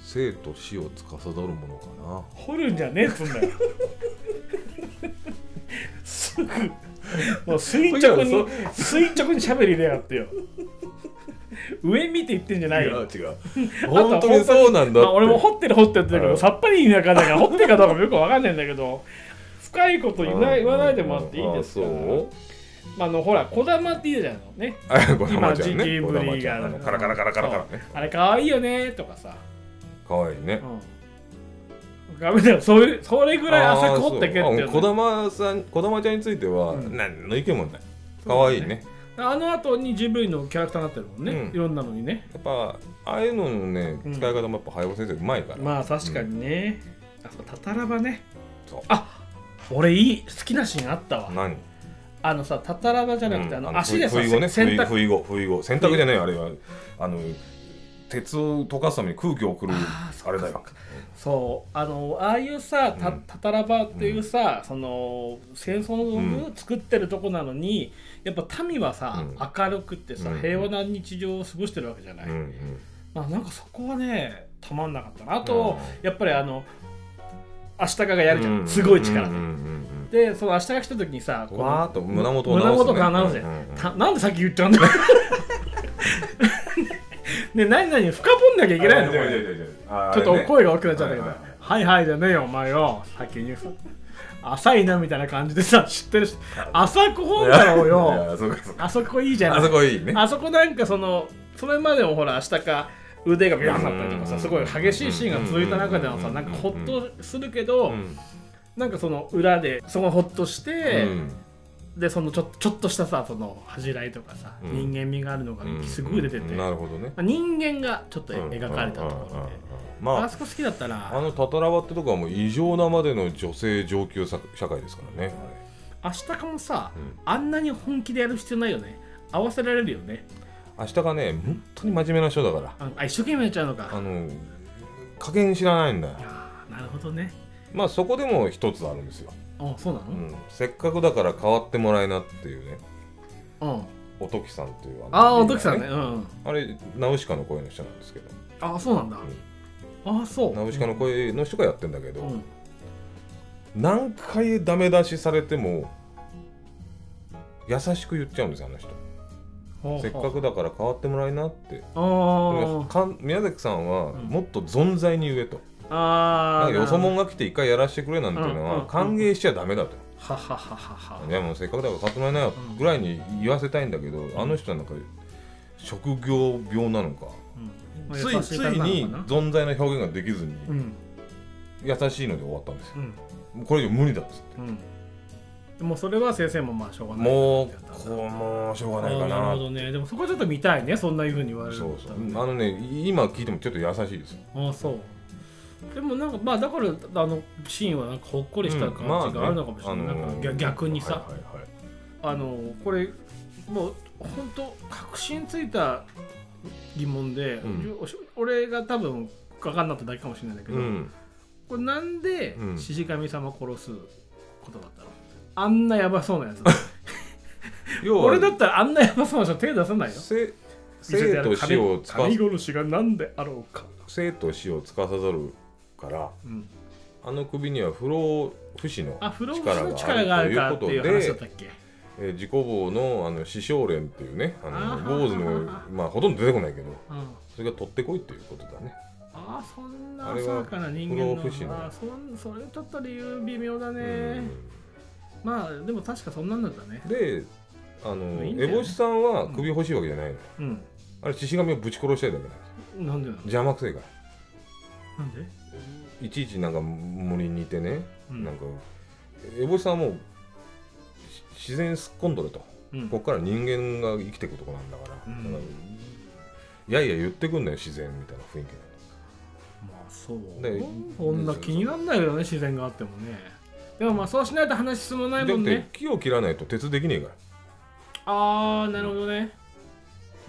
[SPEAKER 1] 生と死を司るものか
[SPEAKER 2] 掘るんじゃねえっつうんだよ すぐもう垂直に
[SPEAKER 1] そう
[SPEAKER 2] 垂直にしゃべりでやってよ上見て言ってんじゃ
[SPEAKER 1] な
[SPEAKER 2] ないよ
[SPEAKER 1] 違う 本当にそうなんだって、
[SPEAKER 2] まあ、俺も掘ってる掘ってるって言ってたけ
[SPEAKER 1] う
[SPEAKER 2] ど
[SPEAKER 1] ん
[SPEAKER 2] さっぱり意味わかんないから掘ってるかどうかもよくわかんないんだけど深いこと言わない言わないでもらっていいですか
[SPEAKER 1] あそう
[SPEAKER 2] まあ、あのほらこだまって言うじゃんのね
[SPEAKER 1] あ こだまちゃん
[SPEAKER 2] 今ジ
[SPEAKER 1] ね
[SPEAKER 2] ブリ
[SPEAKER 1] こ
[SPEAKER 2] が
[SPEAKER 1] だまちゃんあのカラカラカラカラカラね
[SPEAKER 2] あれかわいいよねとかさ
[SPEAKER 1] かわいいね
[SPEAKER 2] うんダメだよそういうそれぐらい浅く掘ってけって
[SPEAKER 1] あ
[SPEAKER 2] よ
[SPEAKER 1] ー
[SPEAKER 2] ね
[SPEAKER 1] そうあこだまさんこだまちゃんについては、
[SPEAKER 2] うん
[SPEAKER 1] 何の意見もない可愛いね
[SPEAKER 2] あの後にジブリのキャラクターになってるもんね、
[SPEAKER 1] うん
[SPEAKER 2] いろんなのにね
[SPEAKER 1] やっぱああいうののね
[SPEAKER 2] うん
[SPEAKER 1] 使い方もやっぱ早尾先生うまいから、
[SPEAKER 2] まあ確かにね、あそうタタラバね
[SPEAKER 1] そう
[SPEAKER 2] あ俺いい好きなシーンあったわ
[SPEAKER 1] 何
[SPEAKER 2] あのさタタラバじゃなくて、あの足でさ、
[SPEAKER 1] ふいごね
[SPEAKER 2] 洗濯
[SPEAKER 1] 不意後不意後洗濯じゃないあれはあの鉄を溶かすために空気を送るあ
[SPEAKER 2] あーそっか
[SPEAKER 1] れだよ
[SPEAKER 2] そうあのああいうさた
[SPEAKER 1] うん
[SPEAKER 2] タタラバっていうさ、その戦争の道具作ってるとこなのに、やっぱ民はさ、
[SPEAKER 1] うん
[SPEAKER 2] 明るくってさ、
[SPEAKER 1] うん
[SPEAKER 2] 平和な日常を過ごしてるわけじゃない、
[SPEAKER 1] うんうん
[SPEAKER 2] まあ、なんかそこはねたまんなかったなあと、やっぱりあのアシタカがやるじゃん、すごい力で、
[SPEAKER 1] うんうんうん
[SPEAKER 2] でそのアシタカ来た時にさ
[SPEAKER 1] う
[SPEAKER 2] こ
[SPEAKER 1] ん
[SPEAKER 2] の
[SPEAKER 1] わーっと胸元を
[SPEAKER 2] 胸元から
[SPEAKER 1] 直
[SPEAKER 2] 直
[SPEAKER 1] す
[SPEAKER 2] す
[SPEAKER 1] ね
[SPEAKER 2] じゃ
[SPEAKER 1] うん
[SPEAKER 2] ん
[SPEAKER 1] うんうん
[SPEAKER 2] たなんで先言っちゃうんだ ね何々深掘んなきゃいけないのこ
[SPEAKER 1] あいやい
[SPEAKER 2] れ
[SPEAKER 1] やいやいやあ
[SPEAKER 2] ちょっと
[SPEAKER 1] あれね
[SPEAKER 2] 声が大きくなっちゃったけど「
[SPEAKER 1] は
[SPEAKER 2] はいい
[SPEAKER 1] はい
[SPEAKER 2] はい、じゃねえよお前よ先に浅いな」みたいな感じでさ知 ってるし浅く本だろう
[SPEAKER 1] いやい
[SPEAKER 2] よ
[SPEAKER 1] やそうかそうか
[SPEAKER 2] あそこいいじゃない
[SPEAKER 1] あそこいいね
[SPEAKER 2] あそこなんかそのそれまでもほら明日か腕がビャンだったりとか
[SPEAKER 1] う
[SPEAKER 2] さ
[SPEAKER 1] ん
[SPEAKER 2] すごい激しいシーンが続いた中での
[SPEAKER 1] う
[SPEAKER 2] さ
[SPEAKER 1] ん
[SPEAKER 2] なんかホッとするけど、
[SPEAKER 1] うん
[SPEAKER 2] なんかその裏でそこホッとして、
[SPEAKER 1] うん
[SPEAKER 2] でそのちょちょっとしたさその恥じらいとかさ、
[SPEAKER 1] うん
[SPEAKER 2] 人間味があるのが
[SPEAKER 1] うん
[SPEAKER 2] すごい出てて、
[SPEAKER 1] なるほどね
[SPEAKER 2] まあ人間がちょっと
[SPEAKER 1] うん
[SPEAKER 2] 描かれたとこ
[SPEAKER 1] うんう
[SPEAKER 2] ろ
[SPEAKER 1] んうん
[SPEAKER 2] で、
[SPEAKER 1] うんまあ
[SPEAKER 2] あそこ好きだったな
[SPEAKER 1] あのタタラバってとこはもう異常なまでの女性上級さ社会ですからね。
[SPEAKER 2] 明日かもさ、
[SPEAKER 1] うん
[SPEAKER 2] あんなに本気でやる必要ないよね合わせられるよね
[SPEAKER 1] 明日がね、本当に真面目な人だから、
[SPEAKER 2] ああ一生懸命やっちゃうのか
[SPEAKER 1] あの加減知らないんだよ。
[SPEAKER 2] あーなるほどね
[SPEAKER 1] まあそこでも一つあるんですよ、
[SPEAKER 2] あそうなの
[SPEAKER 1] う、ん。せっかくだから変わってもらいなっていうね、
[SPEAKER 2] うん、
[SPEAKER 1] おときさんっていうの
[SPEAKER 2] ああ
[SPEAKER 1] リ
[SPEAKER 2] お
[SPEAKER 1] ーダー
[SPEAKER 2] ときさんねうん
[SPEAKER 1] あれ、ナウシカの声の人なんですけど、
[SPEAKER 2] ああそうなんだ、ああそう
[SPEAKER 1] ナウシカの声の人がやってんだけど、
[SPEAKER 2] うん
[SPEAKER 1] 何回ダメ出しされても、優しく言っちゃうんですよ、あの人。
[SPEAKER 2] ほうほう
[SPEAKER 1] せっかくだから変わってもらいなって。
[SPEAKER 2] あ
[SPEAKER 1] かん宮崎さんは
[SPEAKER 2] うん
[SPEAKER 1] もっと存在に言えと、な
[SPEAKER 2] ああ
[SPEAKER 1] ん
[SPEAKER 2] あ
[SPEAKER 1] かよそもんが来て一回やらせてくれなんていうの
[SPEAKER 2] うんうんう
[SPEAKER 1] は
[SPEAKER 2] ん
[SPEAKER 1] 歓迎しちゃダメだと、
[SPEAKER 2] はははは
[SPEAKER 1] ね、もうせっかくだから買ってもらいなよぐらいに言わせたいんだけど、あの人はなんか職業病なのか
[SPEAKER 2] は
[SPEAKER 1] ついついに存在の表現ができずに
[SPEAKER 2] うん
[SPEAKER 1] 優しいので終わったんですよ
[SPEAKER 2] うん
[SPEAKER 1] もうこれ以上無理だっつって
[SPEAKER 2] うんでもそれは先生もまあしょうがない
[SPEAKER 1] もう
[SPEAKER 2] ってやったん
[SPEAKER 1] こ
[SPEAKER 2] だ
[SPEAKER 1] うもうしょうがない
[SPEAKER 2] あ
[SPEAKER 1] か
[SPEAKER 2] ーな
[SPEAKER 1] な
[SPEAKER 2] るほどねでもそこはちょっと見たいねそんないうふうに言われるん
[SPEAKER 1] そ
[SPEAKER 2] だっ
[SPEAKER 1] うそ
[SPEAKER 2] たら
[SPEAKER 1] うあのね今聞いてもちょっと優しいです
[SPEAKER 2] ああそうでもなんかまあだからあのシーンはなんかほっこりした感じがあるのかもしれない、
[SPEAKER 1] うんまあね
[SPEAKER 2] なんか逆逆にさ、
[SPEAKER 1] はいはいはい
[SPEAKER 2] あのこれもう本当確信ついた疑問で、
[SPEAKER 1] うん
[SPEAKER 2] おし俺が多分分かんなかっただけかもしれないんだけど、
[SPEAKER 1] うん
[SPEAKER 2] これなんで
[SPEAKER 1] うん
[SPEAKER 2] 獅子神様殺すことだったのあんなやばそうなやつ
[SPEAKER 1] 要は
[SPEAKER 2] 俺だったらあんなやばそうな人手出さないよ
[SPEAKER 1] せ生と死をつか
[SPEAKER 2] 神殺しが何であろうか、
[SPEAKER 1] 生と死を司るから
[SPEAKER 2] うん、
[SPEAKER 1] あの首には不老不死の
[SPEAKER 2] あ不老不死の力があるからっていう話だったっけ
[SPEAKER 1] えー自己棒のあの師匠連っていうねあ
[SPEAKER 2] あ
[SPEAKER 1] の
[SPEAKER 2] ー
[SPEAKER 1] 坊主のまあほとんど出てこないけど
[SPEAKER 2] うん
[SPEAKER 1] それが取ってこいということだね
[SPEAKER 2] ああそんな
[SPEAKER 1] あれは
[SPEAKER 2] 浅はかな人間の
[SPEAKER 1] 不老不死の
[SPEAKER 2] ああそんそれちょっと理由微妙だね、
[SPEAKER 1] うん
[SPEAKER 2] まあでも確かそんなんだったね
[SPEAKER 1] であの
[SPEAKER 2] いいんだ
[SPEAKER 1] エ
[SPEAKER 2] よね
[SPEAKER 1] ボシさんは首欲しいわけじゃないのよ
[SPEAKER 2] うん
[SPEAKER 1] あれ獅子神をぶち殺したいだけなんですよ
[SPEAKER 2] なんでなの
[SPEAKER 1] 邪魔くせえから
[SPEAKER 2] なんで
[SPEAKER 1] いちいちなんか森にいてね
[SPEAKER 2] うん
[SPEAKER 1] なんかエボシさんはもうし自然すっこんどると
[SPEAKER 2] うん
[SPEAKER 1] ここから人間が生きていくとこなんだから,、
[SPEAKER 2] うん
[SPEAKER 1] だからいやいや言ってくんだよ自然みたいな雰囲気で
[SPEAKER 2] まあそう
[SPEAKER 1] で
[SPEAKER 2] こんな気になんないよね自然があってもねでもまあそうしないと話進まないもん
[SPEAKER 1] だって
[SPEAKER 2] ね
[SPEAKER 1] 木を切らないと鉄できねえから
[SPEAKER 2] ああなるほどね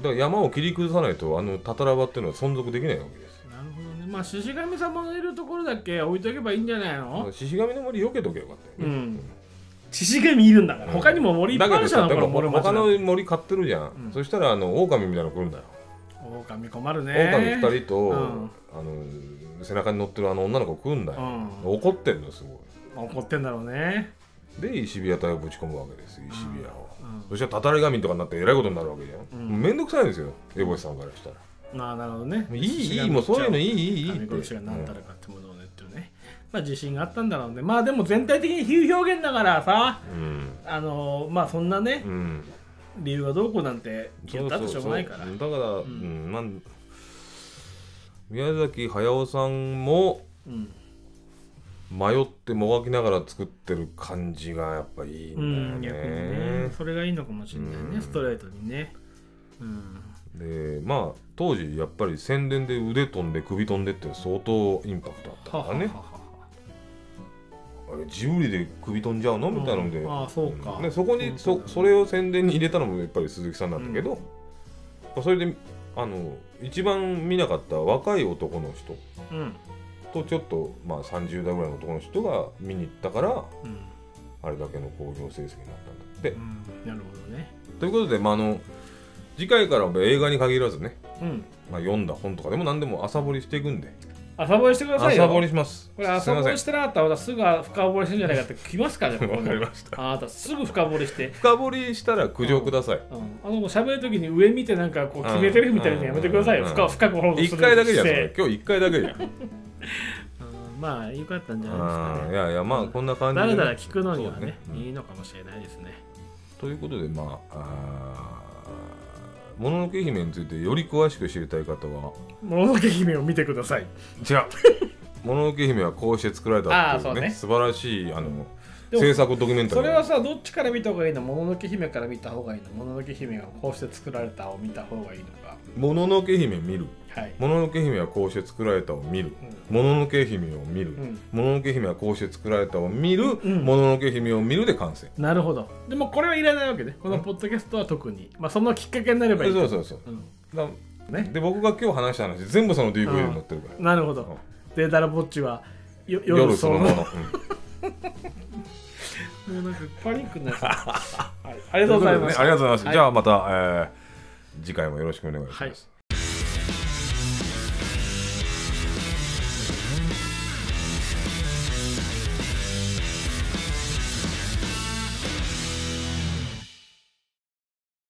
[SPEAKER 1] だから山を切り崩さないとあのタタラバっていうのは存続できないわけですよ
[SPEAKER 2] なるほどねまあ獅子神様のいるところだけ置いとけばいいんじゃない
[SPEAKER 1] だから
[SPEAKER 2] の
[SPEAKER 1] 獅子神の森避けとけばよかったよね、
[SPEAKER 2] うん獅子神いるんだか
[SPEAKER 1] うん
[SPEAKER 2] ら他にも森いっぱいあるじゃん
[SPEAKER 1] だけ
[SPEAKER 2] こ
[SPEAKER 1] ど
[SPEAKER 2] の
[SPEAKER 1] さで
[SPEAKER 2] 森
[SPEAKER 1] も
[SPEAKER 2] 町
[SPEAKER 1] 他の
[SPEAKER 2] の
[SPEAKER 1] 森買ってるじゃん、
[SPEAKER 2] うん
[SPEAKER 1] そしたらあの狼みたいなの来るんだよ、
[SPEAKER 2] 狼困るね
[SPEAKER 1] 狼二人と、
[SPEAKER 2] うん
[SPEAKER 1] あの背中に乗ってるあの女の子来るんだよ、怒ってんのすご
[SPEAKER 2] うん怒ってんだろうね
[SPEAKER 1] いで石火矢隊をぶち込むわけですよ石火矢を、
[SPEAKER 2] うん
[SPEAKER 1] そしたらたたり神とかになってえらいことになるわけじゃん、
[SPEAKER 2] うん
[SPEAKER 1] もうめんどくさいんですよエボシさんからしたら
[SPEAKER 2] まあなるほどね
[SPEAKER 1] もういいいいもうそういうのいいいいいい
[SPEAKER 2] 神
[SPEAKER 1] って
[SPEAKER 2] 殺しが何たるかってものをねっていうね、まあ自信があったんだろうねまあでも全体的に比喩表現だからさ
[SPEAKER 1] うん、
[SPEAKER 2] あのーまあそんなね
[SPEAKER 1] うんうん、
[SPEAKER 2] 理由がどうこうなんて言ったってしょうがないから
[SPEAKER 1] そうそうそうだから、うんんなん宮崎駿さんも
[SPEAKER 2] うん
[SPEAKER 1] 迷ってもがきながら作ってる感じがやっぱいい
[SPEAKER 2] うんん
[SPEAKER 1] だよ
[SPEAKER 2] 逆に
[SPEAKER 1] ね
[SPEAKER 2] ね、それがいいのかもしれないね、
[SPEAKER 1] うん
[SPEAKER 2] ストレートにねうん
[SPEAKER 1] でまあ当時やっぱり宣伝で腕飛んで首飛んでって相当インパクトあったからね
[SPEAKER 2] はははは
[SPEAKER 1] あれジブリで首飛んじゃうのみたいなので、
[SPEAKER 2] うんあーそうか
[SPEAKER 1] ね、そこに
[SPEAKER 2] そう
[SPEAKER 1] そ
[SPEAKER 2] か
[SPEAKER 1] それを宣伝に入れたのもやっぱり鈴木さんなんだけど、まあそれであの一番見なかった若い男の人
[SPEAKER 2] うん
[SPEAKER 1] とちょっと、まあ、30代ぐらいの男の人が見に行ったから
[SPEAKER 2] うん
[SPEAKER 1] あれだけの興行成績になったんだって
[SPEAKER 2] う。んなるほどね
[SPEAKER 1] ということで、まあ、あの次回からは映画に限らずね、
[SPEAKER 2] うん
[SPEAKER 1] まあ、読んだ本とかでも何でも朝掘りしていくんで
[SPEAKER 2] 朝掘りしてくださいよ
[SPEAKER 1] 朝掘りします。
[SPEAKER 2] これ朝掘りしてなかったら私すぐ深掘りしてんじゃないかって来ますから
[SPEAKER 1] すいません わかり
[SPEAKER 2] ね
[SPEAKER 1] ました。
[SPEAKER 2] あなたすぐ深掘りして
[SPEAKER 1] 深掘りしたら苦情ください。
[SPEAKER 2] うんあの喋るときに上見てなんかこう決めてるみたいなのやめてくださいよ、
[SPEAKER 1] うん
[SPEAKER 2] 深深く掘ろうとす
[SPEAKER 1] 一
[SPEAKER 2] る
[SPEAKER 1] 回だけじゃん、それ
[SPEAKER 2] 姿勢
[SPEAKER 1] 今日一回だけじゃん。
[SPEAKER 2] うんまあよかったんじゃないで
[SPEAKER 1] あ
[SPEAKER 2] すか
[SPEAKER 1] ーい
[SPEAKER 2] ね
[SPEAKER 1] やいや、まあ、こんな感じ
[SPEAKER 2] だ
[SPEAKER 1] で
[SPEAKER 2] ら
[SPEAKER 1] ね。
[SPEAKER 2] だら聞くのには
[SPEAKER 1] そうだ
[SPEAKER 2] ね
[SPEAKER 1] うん
[SPEAKER 2] いいのかもしれないですね
[SPEAKER 1] ということで、まあ、あーもののけ姫についてより詳しく知りたい方は、
[SPEAKER 2] もののけ姫を見てください
[SPEAKER 1] 違う。 もののけ姫はこうして作られたっ
[SPEAKER 2] あー
[SPEAKER 1] ていう
[SPEAKER 2] そ
[SPEAKER 1] ね、
[SPEAKER 2] うね
[SPEAKER 1] 素晴らしいあの
[SPEAKER 2] でも
[SPEAKER 1] 制作ドキュメンタリ
[SPEAKER 2] そ
[SPEAKER 1] ー
[SPEAKER 2] れ
[SPEAKER 1] が
[SPEAKER 2] はさどっちから見た方がいいのもののけ姫から見た方がいいのもののけ姫がこうして作られたを見た方がいいのか
[SPEAKER 1] もののけ姫見る。
[SPEAKER 2] はい
[SPEAKER 1] もののけ姫はこうして作られたを見る。もののけ姫を見る
[SPEAKER 2] うん。
[SPEAKER 1] もののけ姫はこうして作られたを見る。
[SPEAKER 2] うん
[SPEAKER 1] もののけ姫を見るで完成。
[SPEAKER 2] なるほどでもこれはいらないわけねこのポッドキャストは特にまあそのきっかけになればいい
[SPEAKER 1] そうそうそう。
[SPEAKER 2] うん
[SPEAKER 1] だ
[SPEAKER 2] ね
[SPEAKER 1] で、僕が今日話した話、全部その DVD に載ってるから。
[SPEAKER 2] なるほ
[SPEAKER 1] うん
[SPEAKER 2] どでダラぼっちはよ
[SPEAKER 1] 夜
[SPEAKER 2] 夜
[SPEAKER 1] そ
[SPEAKER 2] そ
[SPEAKER 1] のも
[SPEAKER 2] の
[SPEAKER 1] の。
[SPEAKER 2] もうなんかパニックになっちゃった、はい、ありがとうございま
[SPEAKER 1] ね
[SPEAKER 2] す
[SPEAKER 1] ありがとうございます。
[SPEAKER 2] はい
[SPEAKER 1] じゃあまた、えー次回もよろしくお願いします。
[SPEAKER 2] はい